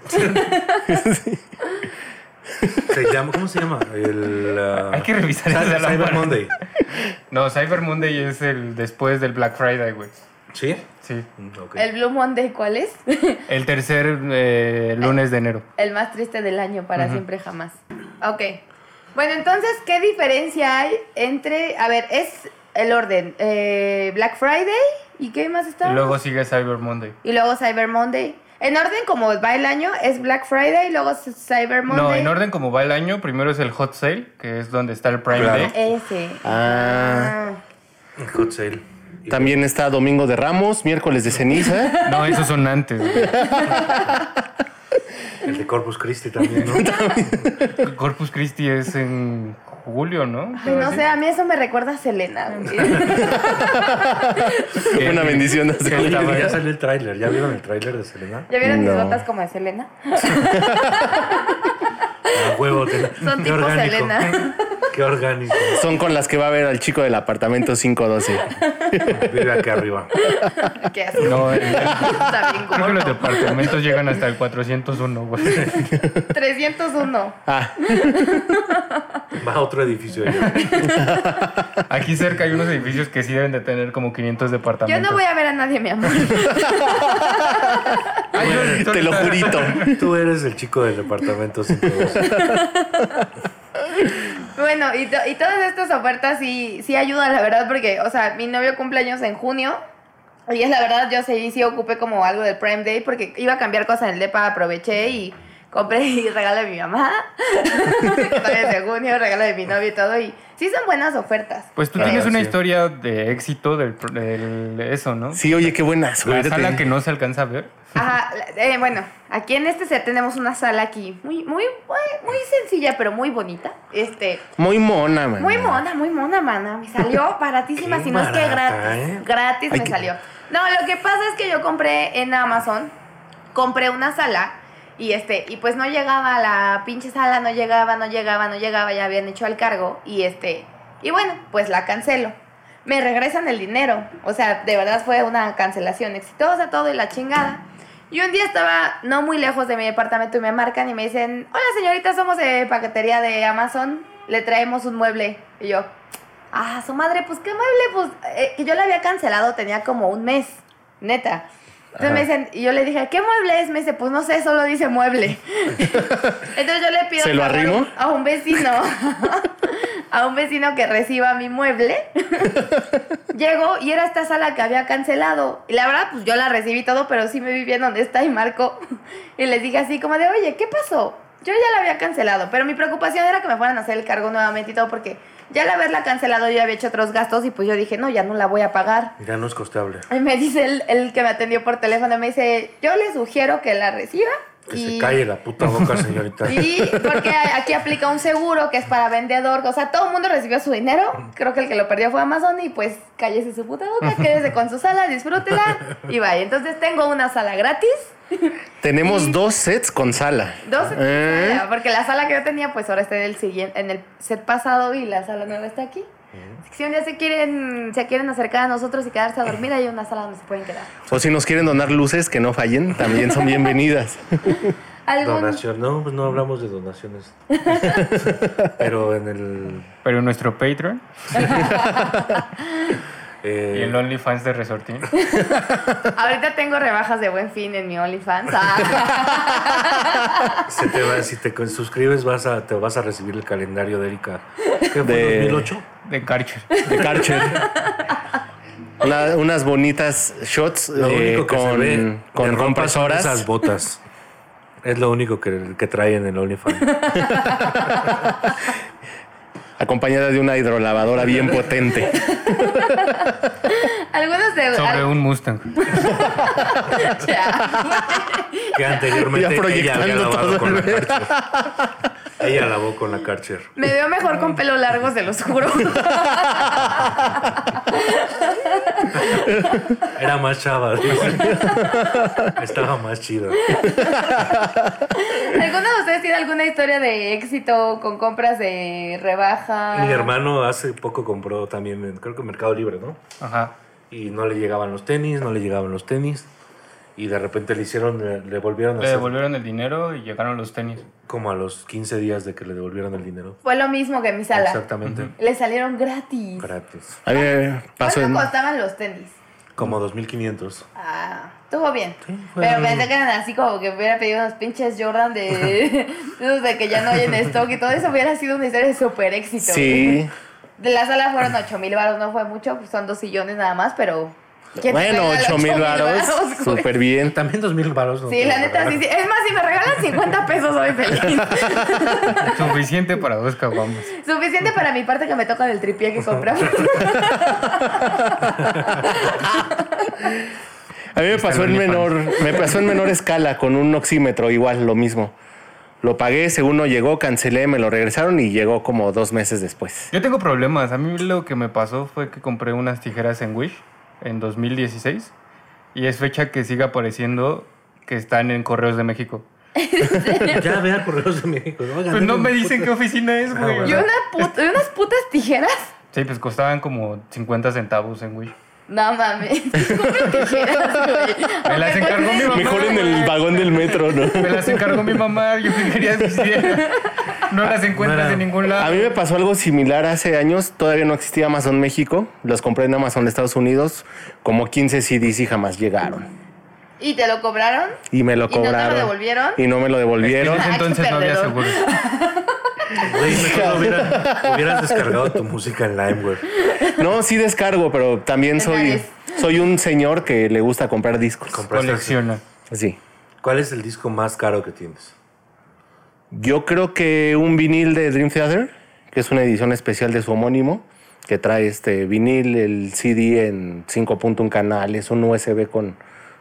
S4: se llama, ¿Cómo se llama? El, ah,
S3: Hay que revisar
S4: Cy-
S3: esa
S4: Cyber
S3: lámpara.
S4: Monday.
S3: No, Cyber Monday es el después del Black Friday, güey.
S4: ¿Sí?
S3: Sí.
S4: Mm, ok.
S5: El Blue Monday, ¿cuál es?
S3: El tercer eh, lunes de enero.
S5: El más triste del año para siempre jamás. Ok. Bueno, entonces, ¿qué diferencia hay entre... A ver, es el orden. eh, Black Friday y ¿qué más está?
S3: Y luego sigue Cyber Monday.
S5: Y luego Cyber Monday. En orden como va el año, es Black Friday, luego c- Cyber Monday.
S3: No, en orden como va el año, primero es el Hot Sale, que es donde está el Prime
S4: Claro.
S3: Day.
S5: Ese.
S6: Ah,
S4: Hot sale. Y-
S6: también está Domingo de Ramos, miércoles de ceniza.
S3: No, esos son antes. güey.
S4: El de Corpus Christi también, ¿no?
S3: Corpus Christi es en julio, ¿no?
S5: Ay, no sé, a mí eso me recuerda a Selena. güey.
S3: Que-
S6: Una bendición.
S3: que
S4: Oye,
S3: estaba-
S4: ya salió el tráiler. ¿Ya vieron el tráiler de Selena?
S5: ¿Ya vieron mis
S6: No.
S5: botas como de Selena?
S4: A Ah, huevo. te-
S5: Son
S4: qué
S5: tipo
S4: orgánico.
S5: Selena.
S4: Qué orgánico.
S6: Son con las que va a ver al chico del apartamento 512.
S4: Vive aquí arriba.
S5: ¿Qué haces?
S3: No, eh,
S5: Está bien
S3: creo que los
S5: gordo.
S3: departamentos llegan hasta el 401, güey.
S5: 301.
S6: Ah,
S4: Va a otro edificio. ella.
S3: Aquí cerca hay unos edificios que sí deben de tener como 500
S5: Yo
S3: departamentos.
S5: no voy a ver a nadie, mi amor.
S3: Ay, yo-
S6: te lo jurito.
S4: Tú eres el chico del departamento 512.
S5: Bueno, y, to- y todas estas ofertas sí, sí ayudan, la verdad, porque, o sea, mi novio cumpleaños en junio. Y es la verdad, yo sí, sí ocupé como algo del Prime Day porque iba a cambiar cosas en el DEPA, aproveché y compré y regalo de mi mamá, que también es de junio, regalo de mi novio y todo. Y sí son buenas ofertas.
S3: Pues tú
S6: Ah,
S3: tienes una
S6: sí.
S3: historia de éxito del, pro- del- de eso, ¿no?
S6: Sí, oye, qué buenas.
S3: La
S6: fíjate.
S3: sala que no se alcanza a ver.
S5: Ajá, la- eh, bueno, aquí en este set tenemos una sala aquí muy, muy, muy, muy sencilla, pero muy bonita. Este,
S6: Muy mona, man.
S5: muy mona, muy mona, mana. Me salió baratísima,
S4: Qué
S5: si no es que
S4: barata,
S5: gratis.
S4: ¿eh?
S5: Gratis
S6: Ay,
S5: me
S6: qué-
S5: salió. No, lo que pasa es que yo compré en Amazon, compré una sala y este, y pues no llegaba a la pinche sala, no llegaba, no llegaba, no llegaba, ya habían hecho el cargo y este, y bueno, pues la cancelo. Me regresan el dinero, o sea, de verdad fue una cancelación exitosa, todo y la chingada. Y un día estaba no muy lejos de mi departamento y me marcan y me dicen, hola señorita, somos de paquetería de Amazon, le traemos un mueble. Y yo, ah, su madre, pues qué mueble, pues eh, que yo la había cancelado, tenía como un mes, neta. Entonces me dicen, y yo le dije, ¿qué mueble es? Me dice, pues no sé, solo dice mueble. Entonces yo le pido
S6: ¿Se lo
S5: favor
S6: arrimo?
S5: a un vecino, a un vecino que reciba mi mueble. Llego y era esta sala que había cancelado. Y la verdad, pues yo la recibí todo, pero sí me vi bien donde está y marco. Y les dije así como de, oye, ¿qué pasó? Yo ya la había cancelado, pero mi preocupación era que me fueran a hacer el cargo nuevamente y todo, porque ya al haberla cancelado yo había hecho otros gastos y pues yo dije, no, ya no la voy a pagar.
S4: Ya no es costeable.
S5: Y me dice el, el que me atendió por teléfono, me dice, yo le sugiero que la reciba.
S4: Que
S5: y-
S4: se calle la puta boca, señorita.
S5: y porque aquí aplica un seguro que es para vendedor. O sea, todo el mundo recibió su dinero. Creo que el que lo perdió fue Amazon. Y pues cállese su puta boca, quédese con su sala, disfrútela. Y vaya. Entonces tengo una sala gratis.
S6: Tenemos dos sets con sala.
S5: Dos en
S6: Eh.
S5: sala, Porque la sala que yo tenía, pues ahora está en el siguiente, en el set pasado y la sala nueva está aquí. Así que Si un día se quieren, se quieren acercar a nosotros y quedarse a dormir, hay una sala donde se pueden quedar.
S6: O si nos quieren donar luces que no fallen, también son bienvenidas.
S5: ¿Algún,
S4: Donación. No, pues no hablamos de donaciones. Pero en el.
S3: Pero nuestro Patreon
S4: eh,
S3: y el OnlyFans de Resortín.
S5: ahorita tengo rebajas de buen fin en mi OnlyFans. Ah.
S4: se te va- si te suscribes, vas a, te vas a recibir el calendario de Erika. ¿Qué fue?
S6: De-
S4: ¿2008?
S3: De Karcher.
S6: De Karcher. Una- unas bonitas shots
S4: Lo
S6: eh,
S4: único que se
S6: con,
S4: ve
S6: con
S4: de ropa
S6: compresoras.
S4: son Esas botas. Es lo único que, que trae en el OnlyFans.
S6: acompañada de una hidrolavadora bien potente.
S5: Algunos de.
S3: Sobre un Mustang.
S4: Que anteriormente
S6: Ya
S4: ella
S6: proyectando
S4: había
S6: todo
S4: lavado con la
S6: el-
S4: Karcher. Ella lavó con la Karcher.
S5: Me veo mejor con pelo largo, se los juro.
S4: Era más chava. dicen. Estaba más chida.
S5: ¿Alguna de ustedes tiene alguna historia de éxito con compras de rebaja?
S4: Mi hermano hace poco compró también, en- creo que Mercado Libre, ¿no?
S3: Ajá.
S4: Y no le llegaban los tenis, no le llegaban los tenis. Y de repente le hicieron, le, le volvieron a
S3: Le
S4: hacer
S3: devolvieron el dinero y llegaron los tenis.
S4: como a los 15 días de que le devolvieron el dinero.
S5: Fue lo mismo que mi sala.
S4: Exactamente.
S5: Le salieron gratis.
S4: Gratis.
S6: A mí me pasó
S5: ¿Cuánto
S6: en-
S5: costaban los tenis?
S4: Como 2.500.
S5: Ah, estuvo bien.
S4: fue-
S5: Pero pensé que eran así como que hubiera pedido unos pinches Jordan de. esos de que ya no hay en stock y todo eso hubiera sido una historia de súper éxito. ¿eh?
S6: Sí.
S5: De la sala fueron 8 mil baros, no fue mucho, pues son dos sillones nada más, pero. ¿quién te
S6: Bueno,
S5: regala
S6: 8 mil varos.
S5: varos, güey?
S6: Súper bien.
S4: También 2.000 baros. no
S5: Sí, la
S4: te
S5: neta, sí, sí. Es más, si me regalan 50 pesos, soy feliz.
S3: Suficiente para dos caguamas.
S5: Suficiente para mi parte que me toca del tripié que compramos.
S6: A mí me pasó en menor, me pasó en menor escala con un oxímetro, igual, lo mismo. Lo pagué, según no llegó, cancelé, me lo regresaron y llegó como dos meses después.
S3: Yo tengo problemas. A mí lo que me pasó fue que compré unas tijeras en Wish en 2016 y es fecha que sigue apareciendo que están en Correos de México.
S4: Ya vean correos de México. Oigan,
S3: Pues no
S4: denme
S3: me
S4: un
S3: dicen qué
S4: puto-
S3: oficina es,
S4: Ah,
S3: güey.
S4: bueno.
S5: ¿Y, una put- y unas putas tijeras?
S3: Sí, pues costaban como 50 centavos en Wish.
S5: No mames. ¿Cómo tijeras, güey?
S3: Me las encargó mi mamá.
S6: Mejor en el vagón del metro, ¿no?
S3: Me las encargó mi mamá, yo qué quería decir. No las encuentras
S4: Bueno,
S3: en ningún lado.
S6: A mí me pasó algo similar hace años. Todavía no existía Amazon México. Los compré en Amazon de Estados Unidos. Como 15 CDs y jamás llegaron.
S5: ¿Y te lo cobraron?
S6: Y me lo
S5: ¿Y no te lo
S6: cobraron.
S5: devolvieron?
S6: Y no me lo
S3: En
S6: devolvieron.
S3: ese
S5: Ay, qué
S3: entonces no había
S5: perdedor.
S3: seguro.
S4: Güey, mejor hubiera- hubieras descargado tu música en LimeWare.
S6: No, sí descargo, pero también soy,
S5: Detalles.
S6: soy un señor que le gusta comprar discos.
S4: Compraste-
S3: Colecciona.
S6: Sí.
S4: ¿Cuál es el disco más caro que tienes?
S6: Yo creo que un vinil de Dream Theater, que es una edición especial de su homónimo, que trae este vinil, el CD en 5.1 canales, un USB con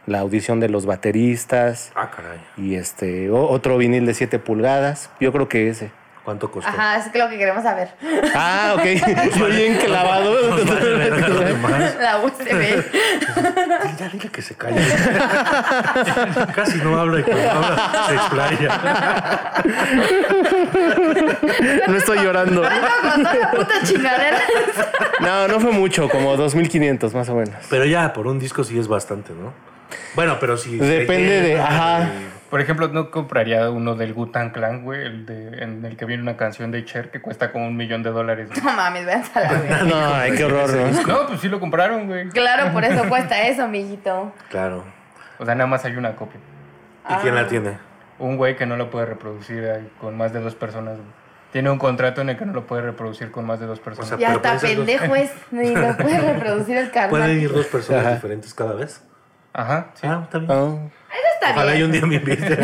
S6: la audición de los bateristas
S4: Ah, caray.
S6: y este o- otro vinil de 7 pulgadas. Yo creo que ese.
S4: ¿Cuánto costó?
S5: Ajá, es lo que queremos saber.
S6: Ah, ok. Yo bien clavado.
S5: La USB.
S4: Dile, dile que se calle. Casi no habla y cuando habla se explaya.
S6: No estoy llorando.
S5: Una puta chingadera.
S6: No, no fue mucho, como 2.500 más o menos.
S4: Pero ya, por un disco sí es bastante, ¿no? Bueno, pero sí.
S6: Depende de- ajá.
S3: Por ejemplo, no compraría uno del Gutan Clan, güey, el de, en el que viene una canción de Cher que cuesta como un millón de dólares. güey.
S5: No mames, véanse a la verga.
S6: No, ay, qué horror. ¿no?
S3: No, pues sí lo compraron, güey.
S5: Claro, por eso cuesta eso, mijito.
S4: Claro.
S3: O sea, nada más hay una copia.
S4: ¿Y quién
S5: Ah.
S4: la tiene?
S3: Un güey que no lo puede reproducir eh, con más de dos personas, güey. Tiene un contrato en el que no lo puede reproducir con más de dos personas.
S4: O sea,
S5: Y
S4: Pero
S5: hasta
S4: pueden ser dos.
S5: pendejo es, ni lo puede reproducir el carnal.
S4: ¿Pueden ir dos personas diferentes cada vez?
S3: Ajá, sí.
S4: Ah, está bien.
S6: Ah.
S5: Eso está
S4: Ojalá y
S5: bien.
S4: un día me invite.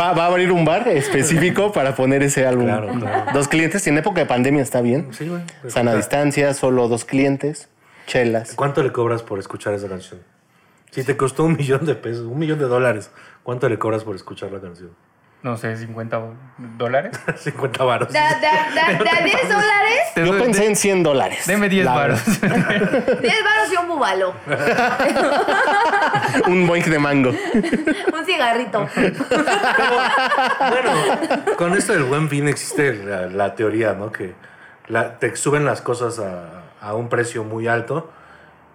S6: Va, va a abrir un bar específico para poner ese álbum.
S4: Claro, claro.
S6: Dos clientes, y en época de pandemia está bien.
S4: Sí, güey.
S6: Sana distancia, solo dos clientes, chelas.
S4: ¿Cuánto le cobras por escuchar esa canción? Si te costó un millón de pesos, un millón de dólares, ¿cuánto le cobras por escuchar la canción?
S3: No sé, 50 do- dólares.
S4: 50 varos.
S5: Da, da, da, da 10 dólares,
S3: Te
S6: Yo
S3: doy-
S6: pensé en 100 dólares.
S3: Deme 10
S6: la
S3: baros.
S6: verdad.
S5: 10 baros y un bubalo.
S6: Un boing de mango.
S5: Un cigarrito.
S4: Bueno, con esto del buen fin existe la, la teoría, ¿no? Que la- te suben las cosas a, a un precio muy alto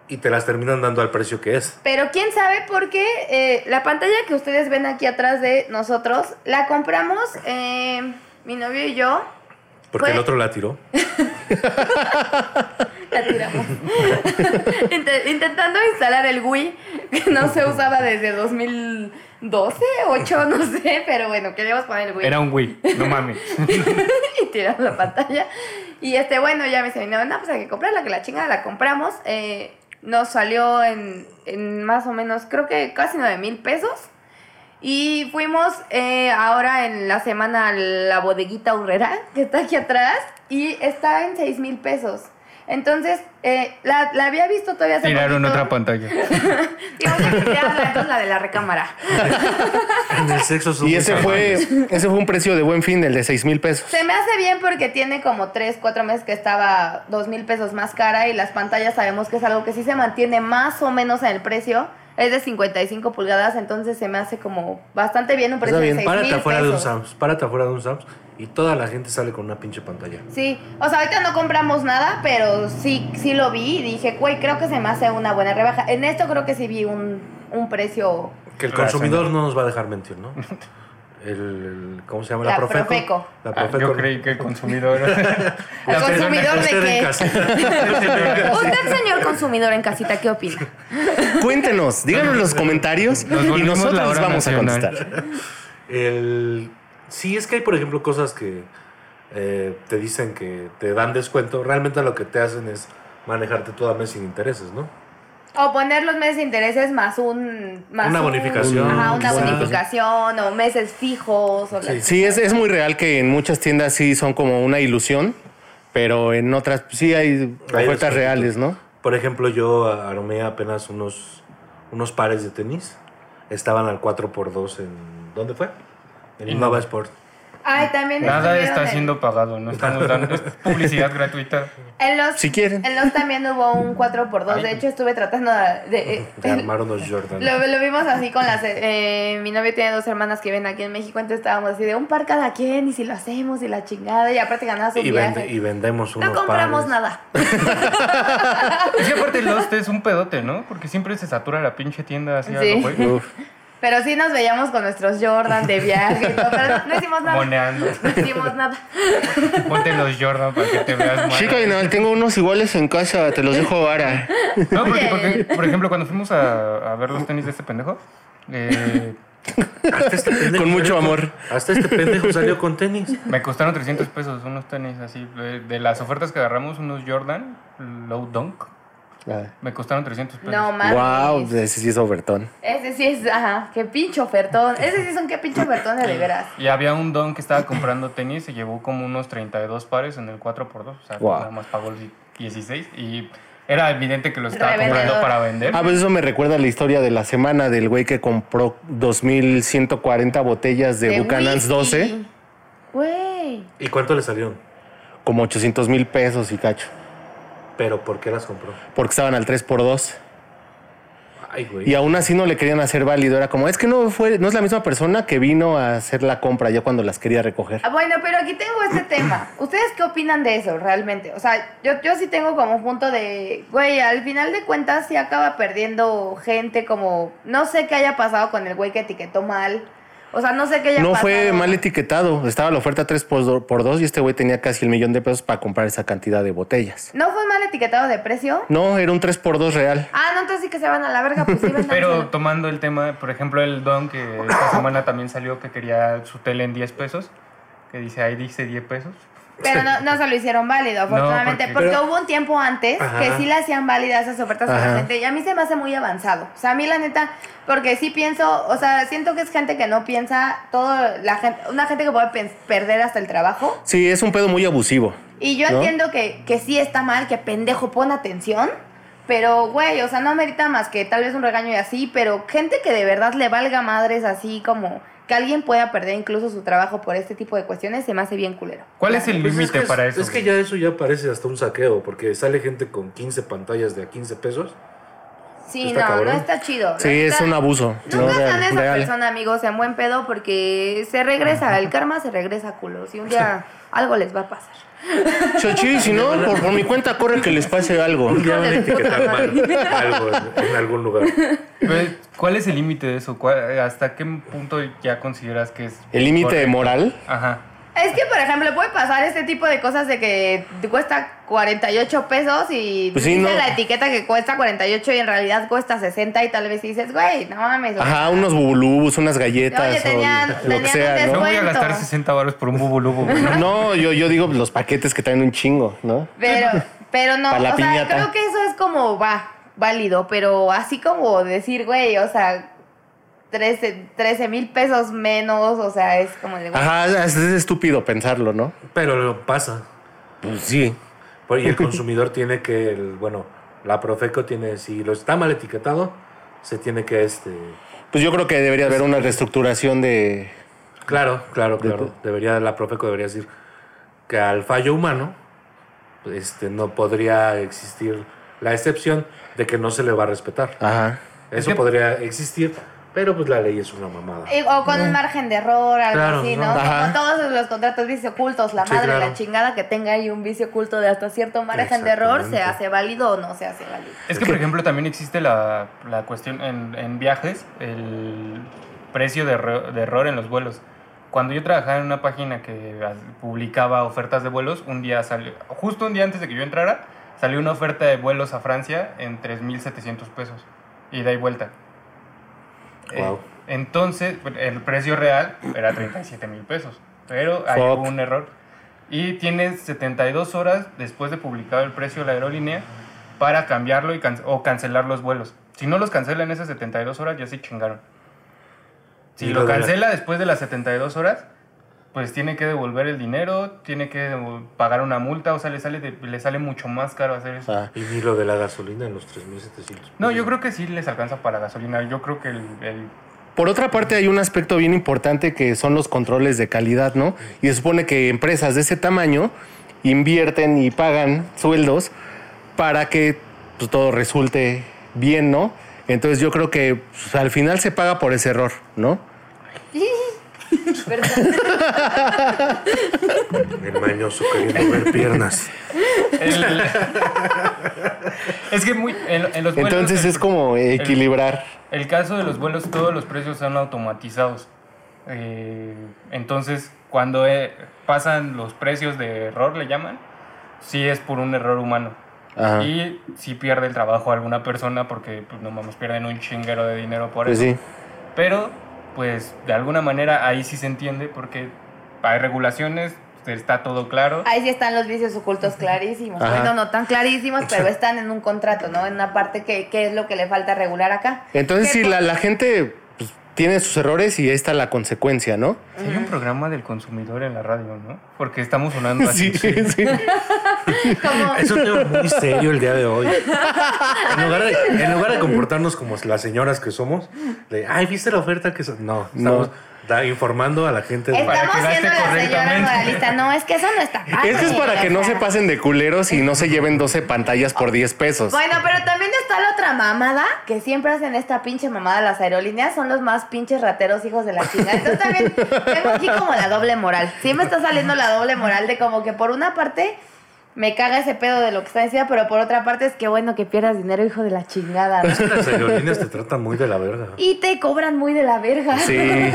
S4: y te las terminan dando al precio que es.
S5: Pero quién sabe por qué eh, la pantalla que ustedes ven aquí atrás de nosotros la compramos eh, mi novio y yo.
S4: Porque
S5: Pues-
S4: el otro la tiró.
S5: La tiramos. Int- Intentando instalar el Wii, que no se usaba desde 2012, 8, no sé, pero bueno, queríamos poner el Wii.
S3: Era un güey, no mames.
S5: y tiramos la pantalla. Y este, bueno, ya me dice, mi novio, no, pues hay que comprarla, que la chingada la compramos. Eh, nos salió en, en más o menos, creo que casi 9 mil pesos. Y fuimos eh, ahora en la semana a la bodeguita Urrera, que está aquí atrás, y está en 6 mil pesos. Entonces, eh, la, la había visto todavía hace
S3: Tiraron
S5: poquito.
S3: otra pantalla.
S5: Digo, ya que tiramos la- entonces la de la recámara.
S4: En el sexo son
S6: Y
S4: muy
S6: ese fue,
S4: salvajes.
S6: ese fue un precio de buen fin, el de 6 mil pesos.
S5: Se me hace bien porque tiene como 3, 4 meses que estaba 2 mil pesos más cara y las pantallas sabemos que es algo que sí se mantiene más o menos en el precio. Es de 55 pulgadas, entonces se me hace como bastante bien un precio
S6: Está bien,
S5: de 6
S4: Párate
S5: mil
S4: afuera de un
S5: pesos.
S4: Sams, párate afuera de un Sams y toda la gente sale con una pinche pantalla.
S5: Sí, o sea, ahorita no compramos nada, pero sí, sí lo vi y dije, güey, creo que se me hace una buena rebaja. En esto creo que sí vi un, un precio,
S4: Que el
S3: Razonable.
S4: consumidor no nos va a dejar mentir, ¿no? El, el- ¿Cómo se llama?
S5: La
S4: La, Profeco.
S5: Profeco.
S4: La
S3: Ah,
S4: Profeco.
S3: yo creí que el consumidor.
S5: ¿El consumidor de
S4: Usted en
S5: qué?
S4: casa.
S5: Usted, señor consumidor en casita, ¿qué opina?
S6: Cuéntenos, díganos en los comentarios
S3: Nos
S6: y
S3: volvemos
S6: nosotros
S3: la
S6: les
S3: hora
S6: vamos
S3: nacional.
S6: a contestar.
S4: El- Sí, es que hay, por ejemplo, cosas que eh, te dicen que te dan descuento. Realmente lo que te hacen es manejarte toda mes sin intereses, ¿no?
S5: O poner los meses de intereses más un... Más
S4: Una
S5: un-
S4: bonificación,
S5: Ajá, una
S4: quizá.
S5: bonificación o meses fijos. O la-
S4: Sí.
S6: Sí, es, es muy real que en muchas tiendas sí son como una ilusión, pero en otras sí hay
S4: Hay
S6: ofertas
S4: descuentos.
S6: reales, ¿no?
S4: Por ejemplo, yo armé apenas unos, unos pares de tenis. Estaban al 4x2 en... ¿Dónde fue? En Innova Sport.
S5: Ay, también
S3: Nada
S5: estuvieron
S3: está
S5: en-
S3: siendo pagado, no estamos dando es publicidad gratuita.
S5: En los,
S6: Si quieren.
S5: En los también hubo un 4x2. De
S3: Ay.
S5: hecho, estuve tratando de... de- eh,
S4: Te armaron los Jordan.
S5: Lo, lo vimos así con las... eh, mi novio tiene dos hermanas que viven aquí en México, entonces estábamos así de un par cada quien y si lo hacemos y la chingada y aparte ganabas un
S4: Y, vende-
S5: viaje.
S4: y vendemos unos
S5: no compramos
S4: pares.
S5: nada.
S3: Es que aparte Lost es un pedote, ¿no? Porque siempre se satura la pinche tienda así a
S5: Sí.
S3: lo güey.
S6: Uf.
S5: Pero sí nos veíamos con nuestros Jordan de viaje y todo, pero no, no hicimos nada.
S3: Moneando.
S5: No hicimos nada.
S3: Ponte los Jordan para que te veas mal.
S6: Chica, y no, tengo unos iguales en casa, te los dejo ahora.
S3: No, porque, porque, por ejemplo, cuando fuimos a, a ver los tenis de este pendejo, eh,
S4: Hasta este pendejo
S6: Con mucho
S4: salió
S6: amor.
S4: hasta este pendejo salió con tenis.
S3: me costaron 300 pesos unos tenis así. De, de las ofertas que agarramos, unos Jordan Low Dunk.
S6: Ah.
S3: Me costaron 300 pesos.
S5: No mames.
S6: Wow, ese sí es ofertón.
S5: Ese sí es, ajá, qué pinche ofertón. Ese sí es un qué pinche ofertón de de veras.
S3: Y había un don que estaba comprando tenis y llevó como unos 32 pares en el 4x2. O sea,
S6: Wow.
S3: nada más pagó el 16 y era evidente que lo estaba
S5: Revendedor.
S3: comprando para vender.
S6: Ah, pues eso me recuerda a la historia de la semana del güey que compró 2140 botellas de, Buchanan's
S5: whisky.
S6: 12,
S5: Güey.
S4: ¿Y cuánto le salieron?
S6: como 800 mil pesos y cacho,
S4: ¿Pero por qué las compró?
S6: porque estaban al 3x2.
S4: Ay, güey.
S6: Y aún así no le querían hacer válido. Era como, es que no fue, no es la misma persona que vino a hacer la compra ya cuando las quería recoger.
S5: Ah, Bueno, pero aquí tengo este tema. ¿Ustedes qué opinan de eso realmente? O sea, yo, yo sí tengo como un punto de, güey, al final de cuentas sí acaba perdiendo gente como, no sé qué haya pasado con el güey que etiquetó mal. O sea, no sé qué haya
S6: No
S5: pasado.
S6: fue mal etiquetado. Estaba la oferta 3 por do- por 2 y este güey tenía casi el millón de pesos para comprar esa cantidad de botellas.
S5: ¿No fue mal etiquetado de precio?
S6: No, era un 3 por 2 real.
S5: Ah, no, entonces sí que se van a la verga, pues sí, vendan.
S3: Pero tomando el tema, por ejemplo, el don que esta semana también salió que quería su tele en 10 pesos, que dice ahí dice 10 pesos.
S5: Pero no, no se lo hicieron válido, afortunadamente,
S3: porque-
S5: porque,
S4: Pero-
S5: hubo un tiempo antes que
S4: Ajá.
S5: sí le hacían válidas esas ofertas a
S6: Ajá.
S5: la gente y a mí se me hace muy avanzado. O sea, a mí la neta, porque sí pienso, o sea, siento que es gente que no piensa, todo la gente, una gente que puede pens- perder hasta el trabajo.
S6: Sí, es un pedo muy abusivo.
S5: Y yo
S6: ¿No?
S5: entiendo que, que sí está mal, que pendejo pon atención, pero güey, o sea, no amerita más que tal vez un regaño y así, pero gente que de verdad le valga madres así como que alguien pueda perder incluso su trabajo por este tipo de cuestiones, se me hace bien culero.
S3: ¿Cuál es el
S4: Pues
S3: límite
S4: que,
S3: para eso?
S4: Es que ya eso ya parece hasta un saqueo, porque sale gente con 15 pantallas de a 15 pesos.
S5: Sí,
S4: Está
S5: no,
S4: cabrón.
S5: no está chido.
S6: Sí,
S5: La
S6: es
S5: neta,
S6: un abuso. ¿no?
S5: Nunca sean
S6: Real-
S5: esa
S6: real.
S5: persona, amigos, en buen pedo, porque se regresa, el karma se regresa, culos. Y un día algo les va a pasar.
S6: Chochi, si no, por, por mi cuenta corre que les pase algo.
S4: Un día van a
S5: de puta
S4: etiquetar mal algo en, en algún lugar.
S3: Pero, Pues, ¿Cuál es el límite de eso? ¿Cuál- ¿Hasta qué punto ya consideras que es...
S6: El límite
S3: correcto?
S6: moral.
S3: Ajá.
S5: Es que, por ejemplo, puede pasar este tipo de cosas de que te cuesta 48 pesos y
S6: Pues sí,
S5: dice
S6: no.
S5: la etiqueta que cuesta 48 y en realidad cuesta 60 y tal vez dices, güey, no mames. o
S6: Ajá, unos bubulubus, unas galletas
S5: Oye, tenían-
S6: o lo que
S5: tenían
S6: sea,
S5: un
S3: No
S6: ¿no?
S3: voy a
S5: Cuento.
S3: gastar 60 baros por un bubulubu. güey.
S6: No, yo, yo digo los paquetes que traen un chingo, ¿no?
S5: Pero, pero no,
S6: Pa' la
S5: o sea,
S6: piñata.
S5: creo que eso es como, va, válido, pero así como decir, güey, o sea, 13 mil pesos menos, o sea, es como de, güey,
S6: Ajá, es, es estúpido pensarlo, ¿no?
S4: Pero lo pasa.
S6: Pues sí.
S4: Por- Y el consumidor tiene que, el- bueno, la Profeco tiene, si lo está mal etiquetado, se tiene que, este,
S6: Pues yo creo que debería haber una reestructuración de...
S4: claro, claro, claro, debería, la Profeco debería decir que al fallo humano, este, no podría existir la excepción de que no se le va a respetar.
S6: Ajá.
S4: Eso
S3: Es que-
S4: podría existir, pero pues la ley es una mamada.
S3: Eh.
S5: Y- O con un margen de error, algo
S4: Claro,
S5: así, ¿no?
S4: ¿no?
S6: Ajá.
S5: Como todos los contratos vicio ocultos, la
S4: Sí,
S5: madre,
S4: claro.
S5: la chingada que tenga ahí un vicio oculto de hasta cierto margen de error, ¿se
S4: Exactamente.
S5: hace válido o no se hace válido?
S3: Es que, por ejemplo, también existe la, la cuestión en, en viajes, el precio de, erro- de error en los vuelos. Cuando yo trabajaba en una página que as- publicaba ofertas de vuelos, un día salió, justo un día antes de que yo entrara, salió una oferta de vuelos a Francia en 3.700 pesos, ida y vuelta.
S4: Guau.
S3: Eh, entonces, pues, el precio real era 37 mil pesos, pero ahí
S6: Fuck.
S3: hubo un error. Y tienes 72 horas después de publicado el precio de la aerolínea para cambiarlo y can- o cancelar los vuelos. Si no los cancela en esas 72 horas, ya se chingaron. Si
S4: Y
S3: lo
S4: lo de la-
S3: cancela después de las 72 horas, pues tiene que devolver el dinero, tiene que devol- pagar una multa, o sea, le sale, de- le sale mucho más caro hacer eso.
S6: Ajá.
S4: Y ni lo de la gasolina en los 3.700.
S3: No, yo creo que sí les alcanza para gasolina. Yo creo que el, el-
S6: Por otra parte, hay un aspecto bien importante que son los controles de calidad, ¿no? Y se supone que empresas de ese tamaño invierten y pagan sueldos para que pues, todo resulte bien, ¿no? Entonces yo creo que pues, al final se paga por ese error, ¿no?
S5: Perdón.
S4: El mañoso queriendo ver piernas.
S3: el- es que muy, en, en los vuelos-
S6: Entonces es como equilibrar.
S3: El caso de los vuelos, todos los precios son automatizados. Eh, entonces, cuando eh, pasan los precios de error, le llaman, sí es por un error humano.
S6: Ajá.
S3: Y sí pierde el trabajo alguna persona porque, pues, no mames, pierden un chinguero de dinero por
S6: Pues
S3: eso.
S6: sí.
S3: Pero, pues, de alguna manera ahí sí se entiende porque hay regulaciones, está todo claro.
S5: Ahí sí están los vicios ocultos clarísimos.
S6: Ajá.
S5: Bueno, no tan clarísimos, pero están en un contrato, ¿no? En una parte que, que es lo que le falta regular acá.
S6: Entonces,
S5: Que
S6: sí,
S5: por-
S6: la, la gente pues, tiene sus errores y ahí está la consecuencia, ¿no?
S3: Sí, Hay un programa del consumidor en la radio, ¿no? Porque estamos sonando así.
S6: Sí, sí.
S5: como-
S4: Es un tema muy serio el día de hoy. En lugar de, en lugar de comportarnos como las señoras que somos, de, ay, ¿viste la oferta que... so-?" No, estamos da- informando a la gente. de-
S3: para
S5: Estamos
S3: que gaste
S5: siendo la señora
S3: correctamente.
S5: moralista. No, es que eso no está padre.
S6: Es que es para que no
S5: o sea.
S6: se pasen de culeros y no se lleven 12 pantallas por 10 pesos.
S5: Bueno, pero también está la otra mamada que siempre hacen esta pinche mamada las aerolíneas. Son los más pinches rateros hijos de la chingada. Entonces también tengo aquí como la doble moral. Sí me está saliendo la doble moral de como que por una parte me caga ese pedo de lo que está diciendo, pero por otra parte es que bueno que pierdas dinero, hijo de la chingada. ¿no?
S4: Es que las aerolíneas te tratan muy de la verga.
S5: Y te cobran muy de la verga.
S6: Sí.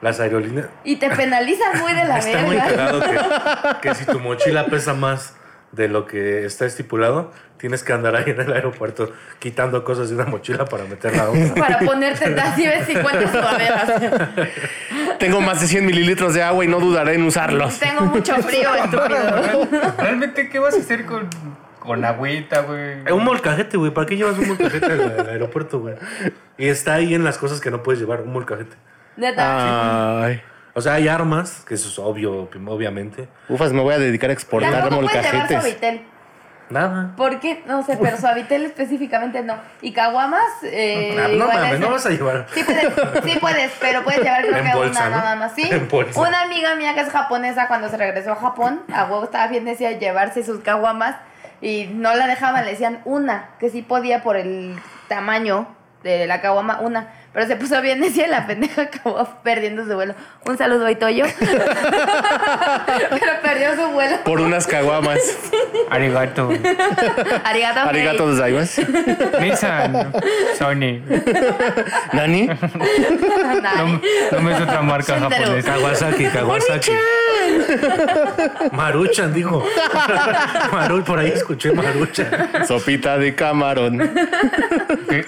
S4: Las aerolíneas...
S5: Y te penalizan muy de la
S4: Está muy
S5: verga.
S4: cagado que, que si tu mochila pesa más de lo que está estipulado, tienes que andar ahí en el aeropuerto quitando cosas de una mochila para meterla a otra.
S5: Para ponerte así ves 50 sudaderas.
S6: Tengo más de 100 mililitros de agua y no dudaré en usarlos.
S5: Tengo mucho frío, estúpido.
S3: Realmente, ¿qué vas a hacer con, con agüita, güey?
S4: Eh, Un molcajete, güey. ¿Para qué llevas un molcajete al, al aeropuerto, güey? Y está ahí en las cosas que no puedes llevar, un molcajete.
S5: Neta.
S4: Ah,
S6: Ay.
S4: O sea, hay armas, que eso es obvio, obviamente.
S6: Ufas, me voy a dedicar a exportar
S5: Tampoco puedes llevar
S6: molcajetes.
S5: suavitel.
S4: Nada.
S5: ¿Por qué? No sé, pero suavitel específicamente no. Y caguamas, eh,
S4: Ah, no
S5: igual
S4: mames,
S5: es-
S4: no vas a llevar.
S5: Sí puedes, sí puedes, pero puedes llevar creo
S4: En
S5: que
S4: bolsa,
S5: una
S4: ¿no?
S5: nada más, ¿sí?
S4: En bolsa.
S5: Una amiga mía que es japonesa cuando se regresó a Japón, a huevo estaba bien decía llevarse sus caguamas y no la dejaban, le decían una, que sí podía por el tamaño de la caguama, una. Pero se puso bien decía la pendeja acabó perdiendo su vuelo. Un saludo a Itoyo. pero perdió su vuelo.
S6: Por unas caguamas.
S3: Arigato.
S5: Arigato.
S6: Arigato gozaimasu.
S3: Nissan. Sony.
S6: Nani.
S5: Nani.
S3: No, no me es otra marca
S5: Sendero.
S3: japonesa.
S4: Kawasaki, Kawasaki. Maruchan, dijo. Marul, por ahí escuché Maruchan.
S6: Sopita de camarón.
S3: ¿Qué?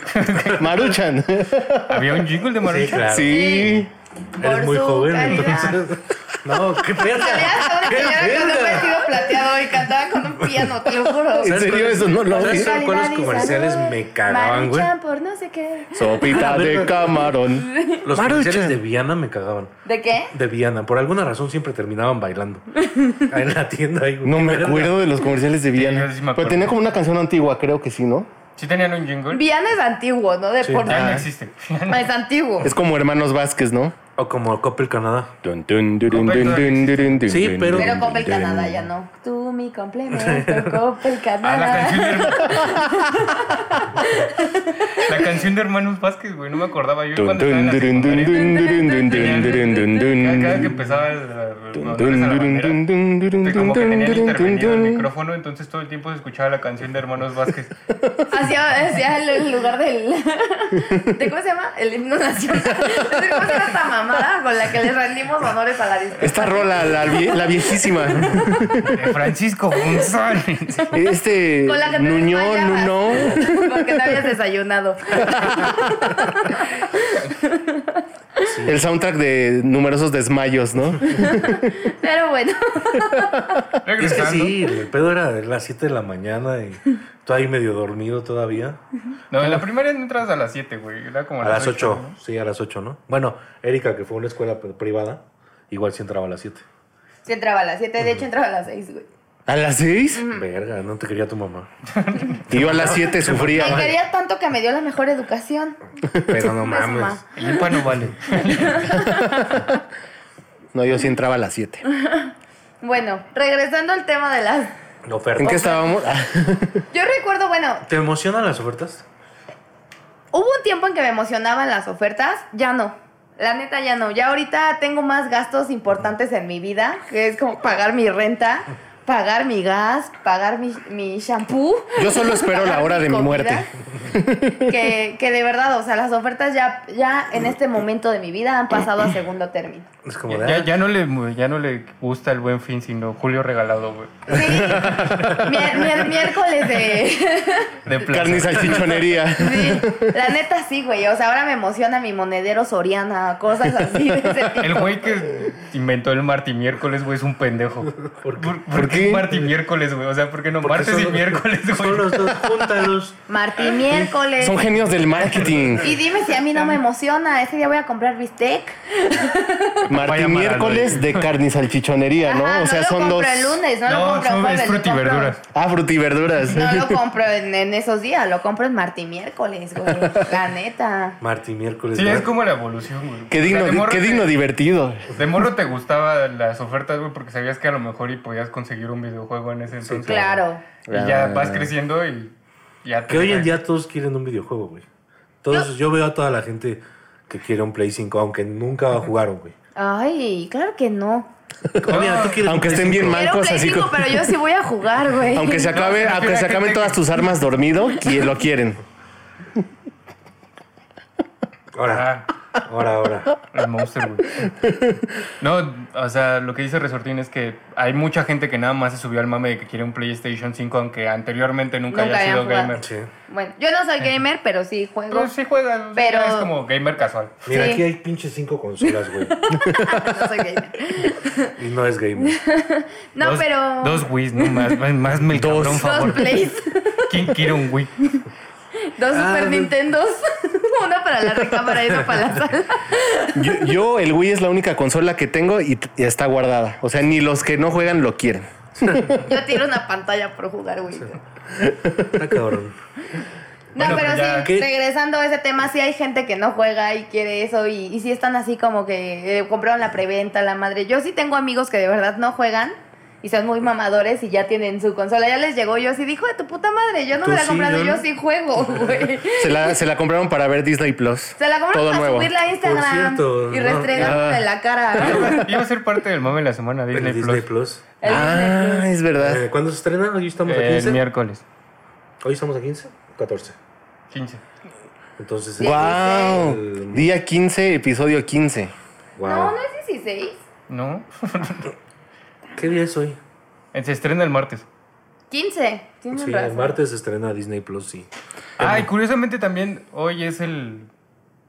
S6: Maruchan.
S3: Había un jingle de
S4: Sí,
S3: Maruchan.
S4: claro.
S6: Sí.
S5: Por
S4: Eres muy
S5: su
S4: joven,
S5: calidad.
S4: entonces. No, qué verga.
S5: Salías a una
S4: Qué
S5: señora con un
S4: verga.
S5: vestido plateado y cantaba con un piano, te lo juro.
S6: ¿En serio eso no lo
S4: ¿Sabes
S6: vi?
S4: cuál- cuáles
S5: Calidad y
S4: comerciales
S5: sabor.
S4: me cagaban, güey?
S5: Maruchan por no sé qué.
S6: Sopita de camarón.
S4: Los comerciales de Viana me cagaban.
S5: ¿De qué?
S4: De Viana. Por alguna razón siempre terminaban bailando. Ahí en la tienda. ahí, güey,
S6: No
S4: qué
S6: me
S4: verga.
S6: acuerdo de los comerciales de
S3: yo
S6: Viana.
S3: sí me acuerdo.
S6: Pero tenía como una canción antigua, creo que sí, ¿no?
S3: ¿Sí tenían un jingle?
S5: Viana es antiguo, ¿no? De
S4: Sí.
S5: por
S3: Ya no
S6: Ah.
S3: existe.
S5: Es antiguo.
S6: Es como Hermanos Vázquez, ¿no?
S4: O como Coppel Canadá.
S6: Dun, dun, durun, dun, dun, durun, dun,
S4: Sí,
S6: dun,
S4: pero-
S6: dun,
S5: Pero Coppel
S6: dun.
S5: Canadá ya no. Tú mi complemento, Coppel
S3: Ah, la
S5: Canadá.
S3: canción de hermanos- La canción de Hermanos Vázquez, güey. No me acordaba yo
S6: Dun,
S3: cuando estaba
S6: dun,
S3: en la
S6: durun, dun,
S3: secundaria.
S6: dun, durun, dun, dun, durun, dun,
S3: Cada,
S6: dun.
S3: cada que empezaba el- el-
S6: Dun,
S3: los
S6: dun,
S3: honores a la
S6: dun,
S3: bandera,
S6: dun, dun, dun,
S3: que Este, como que
S6: dun,
S3: tenían
S6: dun,
S3: intervenido el
S6: dun.
S3: micrófono, entonces todo el tiempo se escuchaba la canción de Hermanos Vázquez.
S5: Hacia, hacia el- el lugar del. ¿De cómo se llama? El himno nacional. ¿De ¿Cómo se llama esta mamada con la que le rendimos honores a la discoteca?
S6: Esta rola, la, vie- la viejísima.
S3: De Francisco González.
S6: Este.
S5: Con la que te
S6: Nuñón,
S5: desmayabas.
S6: Nuno.
S5: Porque no habías desayunado.
S6: El soundtrack de numerosos desmayos, ¿no?
S5: Pero bueno.
S4: Es que
S3: Regresando.
S4: sí, el pedo era de las 7 de la mañana y tú ahí medio dormido todavía.
S3: No, en la primera entras a las 7, güey. Era como
S4: A las
S3: ocho,
S4: 8, sí, a las 8, ¿no? Bueno, Erika, que fue a una escuela privada, igual sí entraba a las 7.
S5: Sí entraba a las 7, de hecho entraba a las 6, güey.
S6: ¿A las seis?
S4: Verga, no te quería tu mamá.
S6: Y yo a las siete sufría.
S5: Me quería tanto que me dio la mejor educación.
S4: Pero no
S5: Un beso,
S4: mames.
S5: ma.
S3: ¿no? El IPA no vale.
S6: No, yo sí entraba a las siete.
S5: Bueno, regresando al tema de las...
S4: La
S6: ¿En
S4: oferta.
S6: qué estábamos?
S5: Yo recuerdo, bueno,
S4: ¿Te emocionan las ofertas?
S5: hubo un tiempo en que me emocionaban las ofertas, ya no. La neta ya no. Ya ahorita tengo más gastos importantes en mi vida, que es como pagar mi renta, pagar mi gas, pagar mi, mi shampoo.
S6: Yo solo espero la
S5: pagar
S6: hora de mi
S5: comida.
S6: muerte.
S5: Que, que de verdad, o sea, las ofertas ya, ya en este momento de mi vida han pasado a segundo término.
S4: Es como de,
S3: Ya,
S4: ah,
S3: ya no le, ya no le gusta el buen fin, sino Julio regalado, güey.
S5: Sí, mier- mier- miércoles de...
S3: De plaza.
S6: Carne y salchichonería.
S5: Sí, la neta sí, güey. O sea, ahora me emociona mi monedero Soriana, cosas así. de ese tipo.
S3: El güey que inventó el marti miércoles, güey, es un pendejo. ¿Por qué, ¿Por,
S6: ¿Por
S3: qué
S6: qué?
S3: marti miércoles, güey? O sea, ¿por qué no
S4: porque
S3: martes
S4: son
S3: y
S4: los-
S3: miércoles,
S4: Son los
S3: güey?
S4: dos, júntalos.
S5: Martín miércoles.
S6: Son genios del marketing.
S5: Y dime si a mí no me emociona. Ese día voy a comprar bistec.
S3: Vaya
S6: Martín
S3: maravilla.
S6: miércoles de carne y salchichonería, ¿no?
S5: Ajá,
S6: o sea,
S5: lo
S6: son
S5: compro
S6: dos.
S5: el lunes, no, lo
S3: No,
S5: compro
S3: son
S5: jueves,
S3: es
S5: lo
S3: fruta y
S5: compro-
S3: verduras.
S6: Ah, frutiverduras.
S5: No lo compro en, en esos días, lo compro en martín miércoles, güey. La neta.
S4: Martín miércoles.
S3: Sí,
S4: ¿verdad?
S3: es como la evolución, güey.
S6: Qué
S3: O sea,
S6: digno,
S3: de morro
S6: qué
S3: te-
S6: digno divertido.
S3: De morro te gustaban las ofertas, güey, porque sabías que a lo mejor y podías conseguir un videojuego en ese entonces.
S5: Claro.
S3: Y ya vas creciendo y ya te
S4: Que hoy en día todos quieren un videojuego, güey. Todos, yo veo a toda la gente que quiere un Play 5, aunque nunca jugaron, güey.
S5: Ay, claro que no.
S4: Oh, mira, tú quieres
S6: Aunque
S4: un Play
S6: estén bien
S4: 5.
S5: Quiero un
S6: mancos,
S5: Play
S6: así
S5: 5,
S6: como-
S5: pero yo sí voy a jugar, güey.
S6: Aunque se acabe,
S3: No, se
S6: aunque
S3: refiere
S6: se
S3: a que
S6: acaben
S3: te-
S6: todas tus armas dormido, qui- lo quieren.
S4: Ahora,
S3: Ah,
S4: ahora, ahora.
S3: el monster, güey. No, o sea, lo que dice Resortín es que hay mucha gente que nada más se subió al mame de que quiere un PlayStation 5, aunque anteriormente nunca,
S5: Nunca
S3: haya
S5: habían
S3: sido
S5: jugado.
S3: gamer.
S4: Sí.
S5: Bueno, yo no soy gamer, pero sí juego.
S3: Pero sí juegas,
S5: Pero-
S3: es como gamer casual.
S4: Mira,
S5: Sí.
S4: aquí hay pinche cinco consolas, güey.
S5: No soy gamer.
S4: Y no es gamer.
S5: No,
S3: Dos-
S5: pero.
S3: Dos Wii's, no más, más, más me el
S6: Dos.
S3: cabrón, favor.
S5: dos plays,
S3: ¿Quién quiere un Wii?
S5: dos
S4: Ah,
S5: Super
S4: no.
S5: Nintendos, una para la recámara y otra para la sala.
S6: Yo, yo, el Wii es la única consola que tengo y, t- y está guardada. O sea, ni los que no juegan lo quieren.
S5: Yo tiro una pantalla por jugar, güey.
S4: Está cabrón.
S5: No,
S3: Bueno,
S5: pero
S3: pero ya-
S5: sí,
S4: ¿Qué?
S5: regresando a ese tema, sí hay gente que no juega y quiere eso y, y sí están así como que eh, compraron la preventa, la madre. Yo sí tengo amigos que de verdad no juegan y son muy mamadores y ya tienen su consola. Ya les llegó yo así, dijo de tu puta madre, yo no
S4: Tú
S5: me la he
S4: sí,
S5: comprado,
S4: yo
S5: yo
S4: no".
S5: sí juego, güey.
S6: Se la, se la compraron para ver Disney Plus.
S5: Se la compraron
S6: Todo
S5: para
S6: nuevo.
S5: subirla a Instagram
S4: cierto,
S5: y
S4: no.
S5: restregarme
S6: Ah.
S5: en la cara.
S3: Iba a ser parte del mame de la semana
S4: En
S3: Disney,
S4: Disney,
S3: Plus.
S4: Plus.
S5: El
S6: Ah, es verdad.
S4: Eh, ¿Cuándo se estrena? Hoy estamos a
S3: Eh, El
S4: 15.
S3: miércoles.
S4: Hoy estamos a 15. 14.
S3: 15.
S4: Entonces. eh,
S6: Wow. Día 15, episodio 15.
S4: Wow.
S5: No, no es 16.
S3: ¿No?
S4: ¿Qué día es hoy?
S3: Se estrena el martes.
S5: 15. Tienes
S4: Sí, el
S5: razón.
S4: martes se estrena Disney Plus, sí.
S3: Ah, y curiosamente también hoy es el,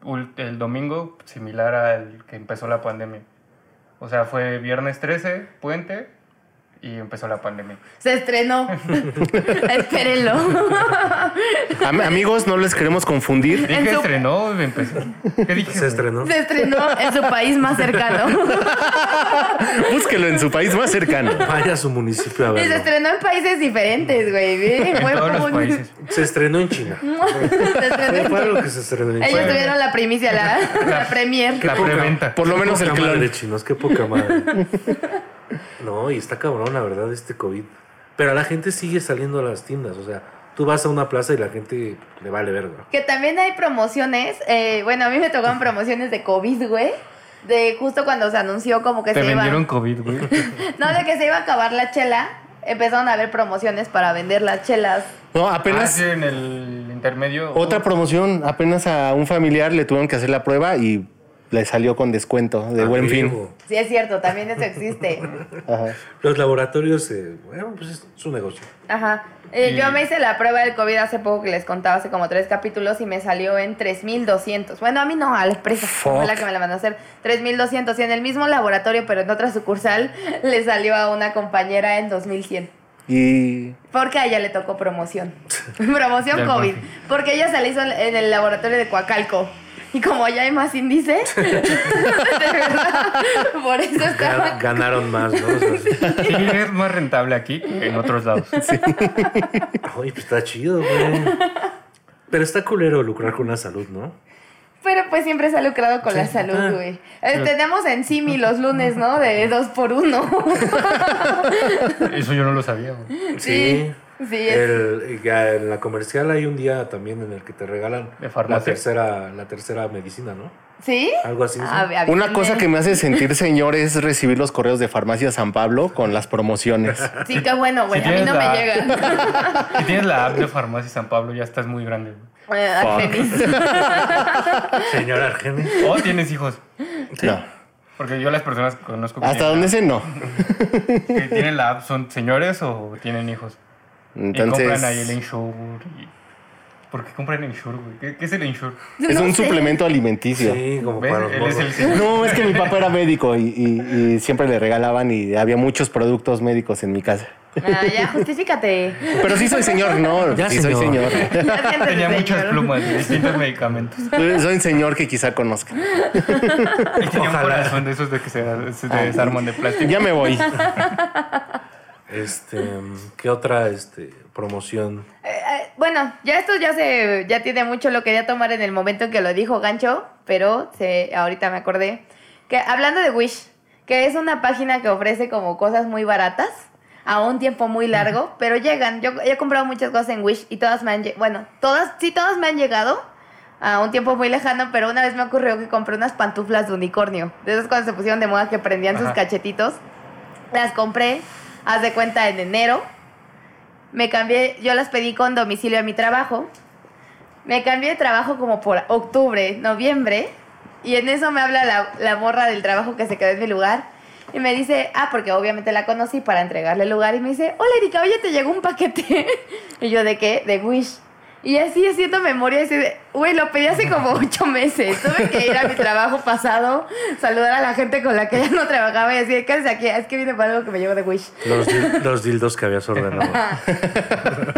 S3: ul- el domingo similar al que empezó la pandemia. O sea, fue viernes 13, puente, y empezó la pandemia.
S5: Se estrenó. Espérenlo.
S6: Am- amigos, no les queremos confundir.
S3: Dije
S5: En su-
S3: estrenó y empezó. ¿Qué dije?
S4: Se estrenó.
S5: Se estrenó en su país más cercano.
S6: Búsquelo en su país más cercano.
S4: Vaya a su municipio a
S5: Y se
S4: verlo.
S5: estrenó en países diferentes, güey. Bien,
S3: En
S5: fue
S3: todos los
S5: un-
S3: países.
S4: Se estrenó en China.
S5: Se estrenó en-
S4: Fue algo que se estrenó en
S5: Mm. Ellos
S4: China.
S5: tuvieron la primicia, la, la premier.
S3: La
S4: poca-
S3: preventa.
S6: Por lo menos
S4: Qué
S6: el
S4: poca
S6: clon.
S4: madre, chinos, qué poca madre. No, y está cabrón, la verdad, este COVID. Pero la gente sigue saliendo a las tiendas. O sea, tú vas a una plaza y la gente le vale verga.
S5: Que también hay promociones. eh, bueno, a mí me tocaban promociones de COVID, güey. De justo cuando se anunció como que
S3: Te
S5: se iba.
S3: vendieron COVID, güey.
S5: No, de que se iba a acabar la chela. Empezaron a haber promociones para vender las chelas.
S6: No,
S3: Ah,
S6: apenas
S3: sí, en el intermedio.
S6: Otra promoción, apenas a un familiar le tuvieron que hacer la prueba y le salió con descuento
S4: Ah,
S6: de buen fin.
S4: Amigo,
S5: Sí, es cierto, también eso existe.
S6: Ajá.
S4: Los laboratorios, eh, bueno, pues es su negocio.
S5: Ajá. Eh,
S3: Y-
S5: Yo me hice la prueba del COVID hace poco que les contaba, hace como tres capítulos, y me salió en 3200. Bueno, a mí no, a la empresa
S6: Fuck.
S5: fue la que me la mandó a hacer. 3200. Y en el mismo laboratorio, pero en otra sucursal, le salió a una compañera en 2100.
S6: Y
S5: Porque a ella le tocó promoción. promoción
S3: Del
S5: COVID.
S3: buen fin.
S5: Porque ella se la hizo en- en el laboratorio de Coacalco. Y como allá hay más índice, de verdad, por eso
S4: Ga-
S5: estaba
S4: Ganaron más, ¿no? O sea, sí.
S3: Sí, es más rentable aquí que en otros lados.
S4: Ay, pues está chido, güey. Pero está culero lucrar con la salud, ¿no?
S5: Pero pues siempre se ha lucrado con
S4: Sí.
S5: la
S4: Ah.
S5: salud, güey. Eh, tenemos en Simi los lunes, ¿no? De dos por uno.
S3: Eso yo no lo sabía, güey.
S5: Sí. Sí, es-
S4: El- ya en la comercial hay un día también en el que te regalan
S3: De farmacia.
S4: la tercera, la tercera medicina, ¿no?
S5: ¿Sí?
S4: Algo así. ¿sí?
S5: A- avísenme.
S6: Una cosa que me hace sentir señor es recibir los correos de Farmacia San Pablo con las promociones.
S5: Sí, qué bueno, güey.
S3: Si
S5: a mí no
S3: tienes la-
S5: me llega.
S3: Si tienes la app de Farmacia San Pablo, ya estás muy grande. güey.
S5: Eh, Argenis.
S4: Señor Argenis.
S3: O tienes hijos.
S6: No.
S3: Porque yo las personas que conozco que,
S6: ¿Hasta dónde
S3: tienen,
S6: se no?
S3: la- que tienen la app son señores o tienen hijos. Y compran ahí el
S6: Entonces,
S3: Ensure. y- ¿Por qué compran Ensure, güey? ¿Qué, qué es el Ensure?
S6: es
S5: No
S6: un
S5: sé.
S6: suplemento alimenticio.
S4: Sí, como
S3: ¿Ves?
S4: para los
S3: Él es el
S4: morros.
S3: señor.
S6: No, es que mi papá era médico y, y- y siempre le regalaban y había muchos productos médicos en mi casa.
S5: Ah, ya, justifícate.
S6: Pero sí soy señor, no,
S4: Ya,
S6: sí soy
S4: señor.
S6: señor.
S5: Ya siéntese,
S3: Tenía muchas
S5: señor.
S3: plumas de distintos medicamentos.
S6: Soy un señor que quizá conozca.
S3: Y tenía un
S4: Ojalá.
S3: corazón de esos de que se, se desarman de plástico.
S6: Ya me voy.
S4: Este, ¿qué otra este, promoción?
S5: Eh, eh, bueno, ya esto ya se ya tiene mucho lo quería tomar en el momento en que lo dijo Gancho, pero se ahorita me acordé que hablando de Wish, que es una página que ofrece como cosas muy baratas a un tiempo muy largo, pero llegan. Yo he comprado muchas cosas en Wish y todas me han lle- bueno, todas sí todas me han llegado a un tiempo muy lejano, pero una vez me ocurrió que compré unas pantuflas de unicornio. De esas cuando se pusieron de moda que prendían sus
S3: Ajá.
S5: cachetitos. Las compré, haz de cuenta, en enero. Me cambié, yo las pedí con domicilio a mi trabajo. Me cambié de trabajo como por octubre, noviembre. Y en eso me habla la, la morra del trabajo que se quedó en mi lugar. Y me dice, ah, porque obviamente la conocí para entregarle el lugar. Y me dice, hola Erika, oye, te llegó un paquete. y yo, ¿de qué? De Wish. Y así haciendo memoria, así de, güey, lo pedí hace como ocho meses. Tuve que ir a mi trabajo pasado, saludar a la gente con la que ya no trabajaba y así, de, ¿qué haces aquí? Es que viene para algo que me llegó de Wish.
S4: Los, dil- los dildos que habías ordenado.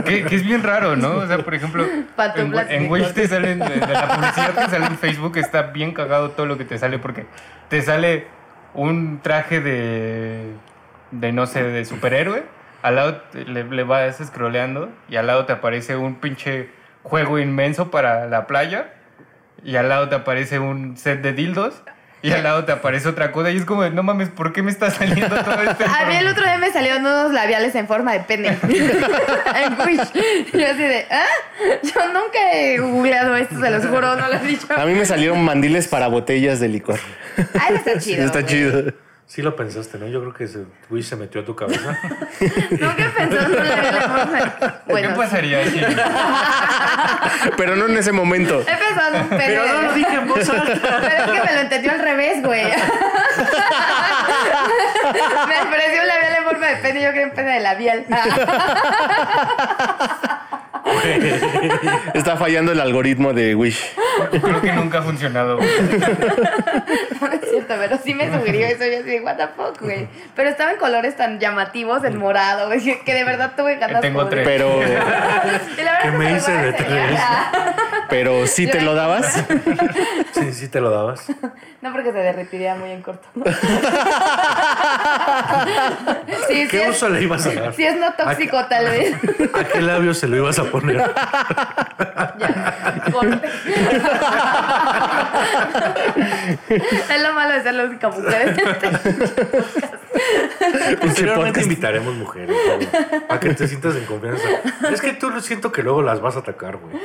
S3: Que, que es bien raro, ¿no? O sea, por ejemplo, en,
S5: Pantuflas
S3: en
S5: de
S3: Wish
S5: corte.
S3: te salen, de, de la publicidad que sale en Facebook, está bien cagado todo lo que te sale, porque te sale un traje de, de no sé, de superhéroe, al lado te- le, le vas scrolleando y al lado te aparece un pinche juego inmenso para la playa, y al lado te aparece un set de dildos. Y al lado te aparece otra cosa y es como, de, no mames, ¿por qué me está saliendo todo este esto?
S5: A mí el otro día me salieron unos labiales en forma de pene. en Wish. Yo así de, ¿ah? Yo nunca he googleado esto, se los juro, no lo he dicho.
S6: A mí me salieron mandiles para botellas de licor.
S5: Ah, eso está chido.
S6: Está
S5: güey.
S6: chido.
S4: Sí lo pensaste, ¿no? Yo creo que se, Wish se metió a tu cabeza.
S5: Nunca pensé en un labial en forma de... Bueno,
S3: ¿Qué pasaría si
S6: Pero no en ese momento.
S5: He pensado en un pene. Pero no lo dije en voz alta. Pero es que me lo entendió al revés, güey. me pareció un labial en forma de pene y yo creí en pene de labial.
S6: Está fallando el algoritmo de Wish.
S3: Creo que nunca ha funcionado.
S5: No, no es cierto, pero sí me sugirió eso. Yo así de, what the fuck, güey. Pero estaba en colores tan llamativos, en morado, güey, que- que de verdad tuve ganas
S3: Tengo
S5: como de-
S3: tres.
S6: Pero,
S5: Y la verdad
S4: Eh, ¿Qué
S5: es que
S4: me
S5: se los
S4: hice
S5: voy a
S4: de
S5: enseñar.
S4: tres?
S5: Ah,
S6: pero sí te lo dabas.
S4: Sí, sí te lo dabas.
S5: No, porque se derretiría muy en corto. sí, sí
S4: ¿Qué
S5: es,
S4: uso le ibas a dar?
S5: sí es no tóxico, tal vez.
S4: ¿A qué labio se lo ibas a poner?
S5: Ya, corte. es lo malo de ser la única mujer.
S4: Posteriormente
S6: podcast.
S4: invitaremos mujeres, güey, para que te sientas en confianza. Es que tú lo siento que luego las vas a atacar, güey.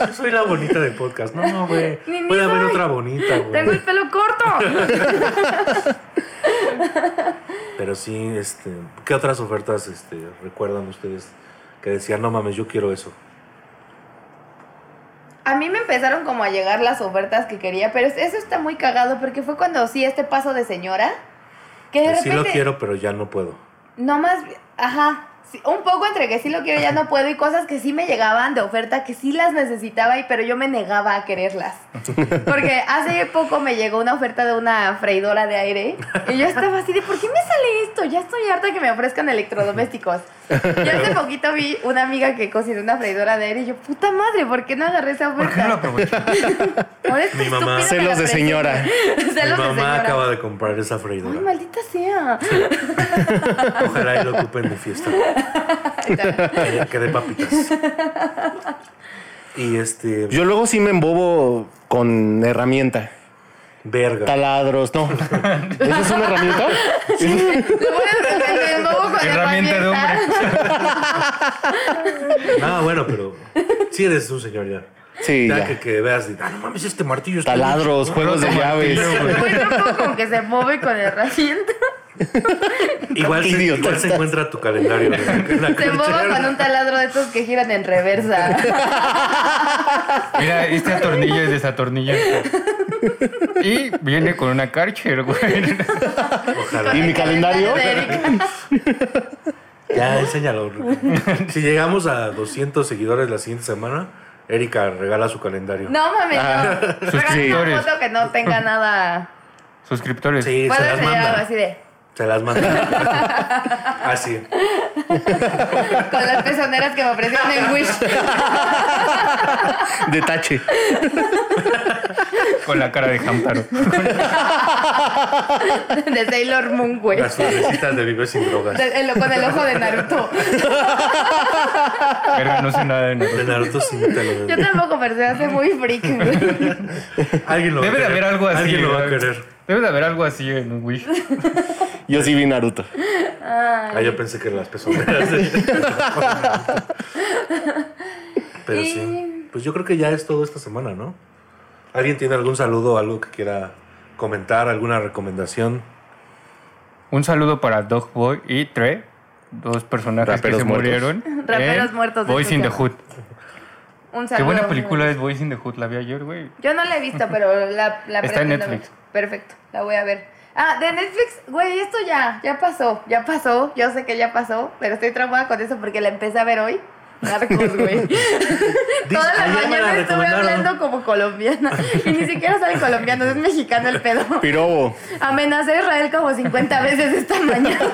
S4: Yo soy la bonita del podcast. No, no, güey.
S5: Ni- ni
S4: Puede haber
S5: soy.
S4: otra bonita,
S5: Tengo el
S4: güey.
S5: pelo corto.
S4: Pero sí, este, ¿qué otras ofertas este, recuerdan ustedes que decían, no mames, yo quiero eso?
S5: A mí me empezaron como a llegar las ofertas que quería, pero eso está muy cagado porque fue cuando sí este paso de señora que de
S4: Que sí
S5: repente
S4: lo quiero, pero ya no puedo.
S5: No más, ajá. sí, un poco entre que sí lo quiero, ya no puedo, y cosas que sí me llegaban de oferta, que sí las necesitaba, y pero yo me negaba a quererlas. Porque hace poco me llegó una oferta de una freidora de aire, y yo estaba así de, ¿por qué me sale esto? Ya estoy harta que me ofrezcan electrodomésticos. Y hace poquito vi una amiga que cocinó una freidora de aire, y yo, puta madre, ¿por qué no agarré esa
S3: ¿Por qué no lo
S5: oferta?
S3: aprovecho?
S5: Por esta
S4: Mi mamá.
S5: estúpida
S6: Celos
S5: me la
S6: de señora.
S5: presenté.
S4: Mi
S5: Celos de
S4: mamá
S5: señora.
S4: acaba de comprar esa
S5: Ay,
S4: freidora.
S5: maldita sea.
S4: Ojalá y lo ocupe en mi fiesta. Que- que de papitas. Y este,
S6: Yo luego sí me embobo con herramienta.
S4: verga.
S6: Taladros, no. ¿Eso es una herramienta?
S5: Lo bueno es que me embobo de
S3: Herramienta de hombre.
S4: No, bueno, pero sí eres un señor ya.
S6: Sí,
S4: Ya
S6: ya.
S4: que, que veas, y, ah, no mames, este martillo está...
S6: Taladros, juegos de llaves.
S5: Muy loco con que se mueve con herramienta.
S4: Igual, se,
S6: Idiota.
S4: igual se encuentra tu calendario. en la
S5: Se mueve
S4: cartera.
S5: con un taladro de estos que giran en reversa.
S3: Mira, este atornillo es desatornillo. Y viene con una Karcher, güey.
S4: Ojalá.
S6: ¿Y mi calendario?
S5: De Erika.
S4: Ya, enséñalo. si llegamos a 200 seguidores la siguiente semana, Erika regala su calendario.
S5: No mames,
S4: Ah,
S5: no. Pero una
S3: suscriptores.
S5: foto que no tenga nada.
S3: Suscriptores.
S4: Sí, se
S5: Puedo
S4: las
S5: enseñar algo
S4: manda.
S5: así de.
S4: Se las manda. Ah, Así.
S5: Con las pezoneras que me ofrecieron en Wish.
S6: De tache.
S3: Con la cara de Hamtaro.
S5: De Sailor Moon, güey.
S4: Las florecitas de Vive sin drogas.
S5: De- el- con el ojo de Naruto.
S3: Verga, no sé nada de
S4: De
S3: Naruto.
S4: Naruto sí te lo
S5: Yo tampoco, pero se hace muy freak, güey.
S4: Alguien lo va
S3: Debe de
S4: a querer.
S3: haber algo así.
S4: Alguien lo va a
S3: güey.
S4: querer.
S3: Debe de haber algo así en Wish.
S6: Yo sí vi Naruto.
S4: Ah, yo pensé que las pezoneras. Pero sí. Pues yo creo que ya es todo esta semana, ¿no? ¿Alguien tiene algún saludo, algo que quiera comentar, alguna recomendación?
S3: Un saludo para Dogboy y Tre, dos personajes
S6: Raperos
S3: que se
S6: muertos.
S3: murieron.
S5: Raperos
S3: en
S5: muertos de
S3: Boys in the
S5: Escucha.
S3: Hood.
S5: Un saludo.
S3: Qué buena película es Boys in the Hood. La vi ayer, güey.
S5: Yo no la he visto, pero la, la
S3: Está en
S5: pretendo
S3: Netflix.
S5: ver. Perfecto, la voy a ver. Ah, de Netflix, güey, esto ya, ya pasó, ya pasó. Yo sé que ya pasó, pero estoy traumada con eso porque la empecé a ver hoy. Narcos, güey. Toda la
S4: ayer me la
S5: mañana estuve
S4: recomendaron.
S5: hablando como colombiana. Y ni siquiera sale colombiano, es mexicano el pedo.
S6: Pirobo.
S5: Amenacé a Israel como 50 veces esta mañana.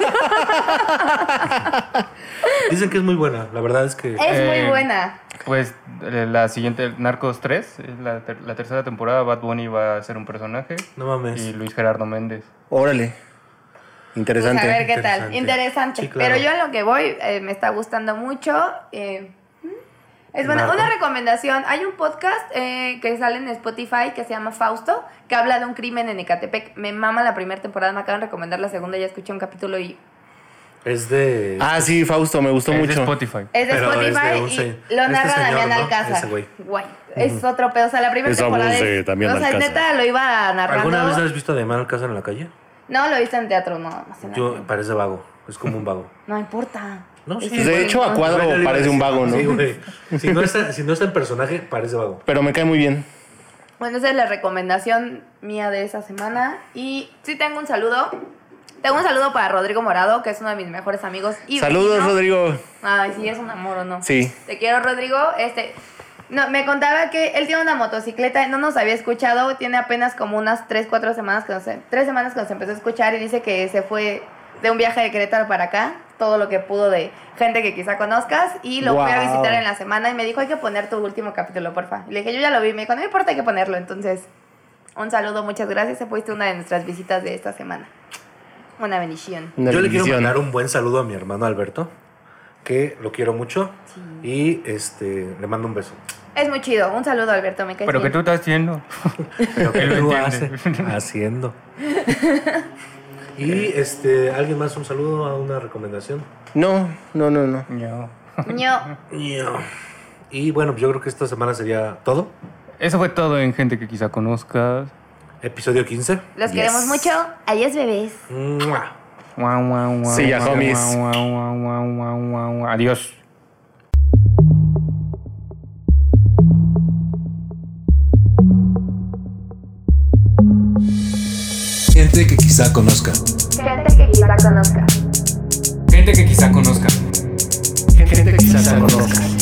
S4: Dicen que es muy buena. La verdad es que.
S5: Es muy
S3: Eh,
S5: buena.
S3: Pues eh, la siguiente, Narcos 3, es la, ter- la tercera temporada, Bad Bunny va a ser un personaje.
S4: No mames.
S6: Eh.
S3: Y Luis Gerardo Méndez.
S6: Órale.
S5: Pues a ver
S6: Interesante.
S5: qué tal.
S4: Interesante.
S5: Interesante.
S4: Sí, claro.
S5: Pero yo en lo que voy eh, me está gustando mucho. eh, ¿hmm? es bueno.
S4: Narco.
S5: Una recomendación. Hay un podcast eh, que sale en Spotify que se llama Fausto, que habla de un crimen en Ecatepec. Me mama la primera temporada, me acaban de recomendar la segunda, ya escuché un capítulo y
S4: Es de.
S6: Ah, sí, Fausto, me gustó
S3: Es de
S6: mucho.
S3: Spotify.
S5: es de
S4: Pero es de
S5: Spotify
S4: un se-
S5: y lo
S4: este
S5: narra
S4: señor,
S5: Damián
S4: ¿no?
S5: Alcázar.
S4: Ese güey.
S5: Guay, es otro pedo. O sea, la primera
S6: Esa
S5: temporada
S6: voz de
S5: es-
S6: Damián
S5: o sea,
S6: Alcázar.
S5: neta lo iba
S4: ¿Alguna vez
S5: narrando.
S4: has visto a Damián Alcázar en la calle?
S5: No lo viste en teatro, no. No, sé, no.
S4: Yo parece vago. Es como un vago.
S5: No importa.
S4: No, sí.
S5: Es
S4: De
S5: igual,
S6: hecho, a
S5: ¿no?
S6: cuadro-
S4: Igual le iba a
S6: parece un
S4: decir,
S6: vago, ¿no?
S4: Sí, güey. Si no, está, si no está en personaje, parece vago.
S6: Pero me cae muy bien.
S5: Bueno, esa es la recomendación mía de esa semana. Y sí tengo un saludo. Tengo un saludo para Rodrigo Morado, que es uno de mis mejores amigos. Y
S6: Saludos,
S5: vecino.
S6: Rodrigo.
S5: Ay, sí, es un amor o no.
S6: Sí.
S5: Te quiero, Rodrigo. Este, no, me contaba que él tiene una motocicleta, no nos había escuchado, tiene apenas como unas 3, 4 semanas que nos, tres semanas que nos empezó a escuchar y dice que se fue de un viaje de Querétaro para acá, todo lo que pudo de gente que quizá conozcas y lo fui a
S6: Guau.
S5: visitar en la semana y me dijo, hay que poner tu último capítulo, porfa. Y le dije, yo ya lo vi, me dijo, no me importa, hay que ponerlo. Entonces, un saludo, muchas gracias, se fuiste una de nuestras visitas de esta semana. Una bendición.
S6: Una
S4: Yo le quiero
S6: bendición.
S4: mandar un buen saludo a mi hermano Alberto, que lo quiero mucho. Y este le mando un beso.
S5: Es muy chido, un saludo Alberto, me caes
S3: Pero que
S5: bien.
S3: tú estás haciendo.
S4: Lo que
S3: Él lo
S4: tú
S3: entiende.
S4: haces, haciendo. Y este, ¿alguien más un saludo a una recomendación?
S6: No, no, no, no.
S3: No.
S5: Ño.
S4: ah, Y bueno, yo creo que esta semana sería todo.
S3: Eso fue todo en gente que quizá conozcas.
S4: Episodio 15.
S5: Los
S6: Yes.
S5: queremos mucho. Adiós, bebés.
S4: ¡Mua!
S3: Guau, guau, guau,
S6: Sí, ya,
S3: guau,
S6: homies.
S3: guau, guau, guau, guau, guau, guau. Adiós.
S7: Gente que quizá conozca.
S5: Gente que quizá conozca.
S3: Gente que quizá conozcas.
S6: Gente que quizá conozca.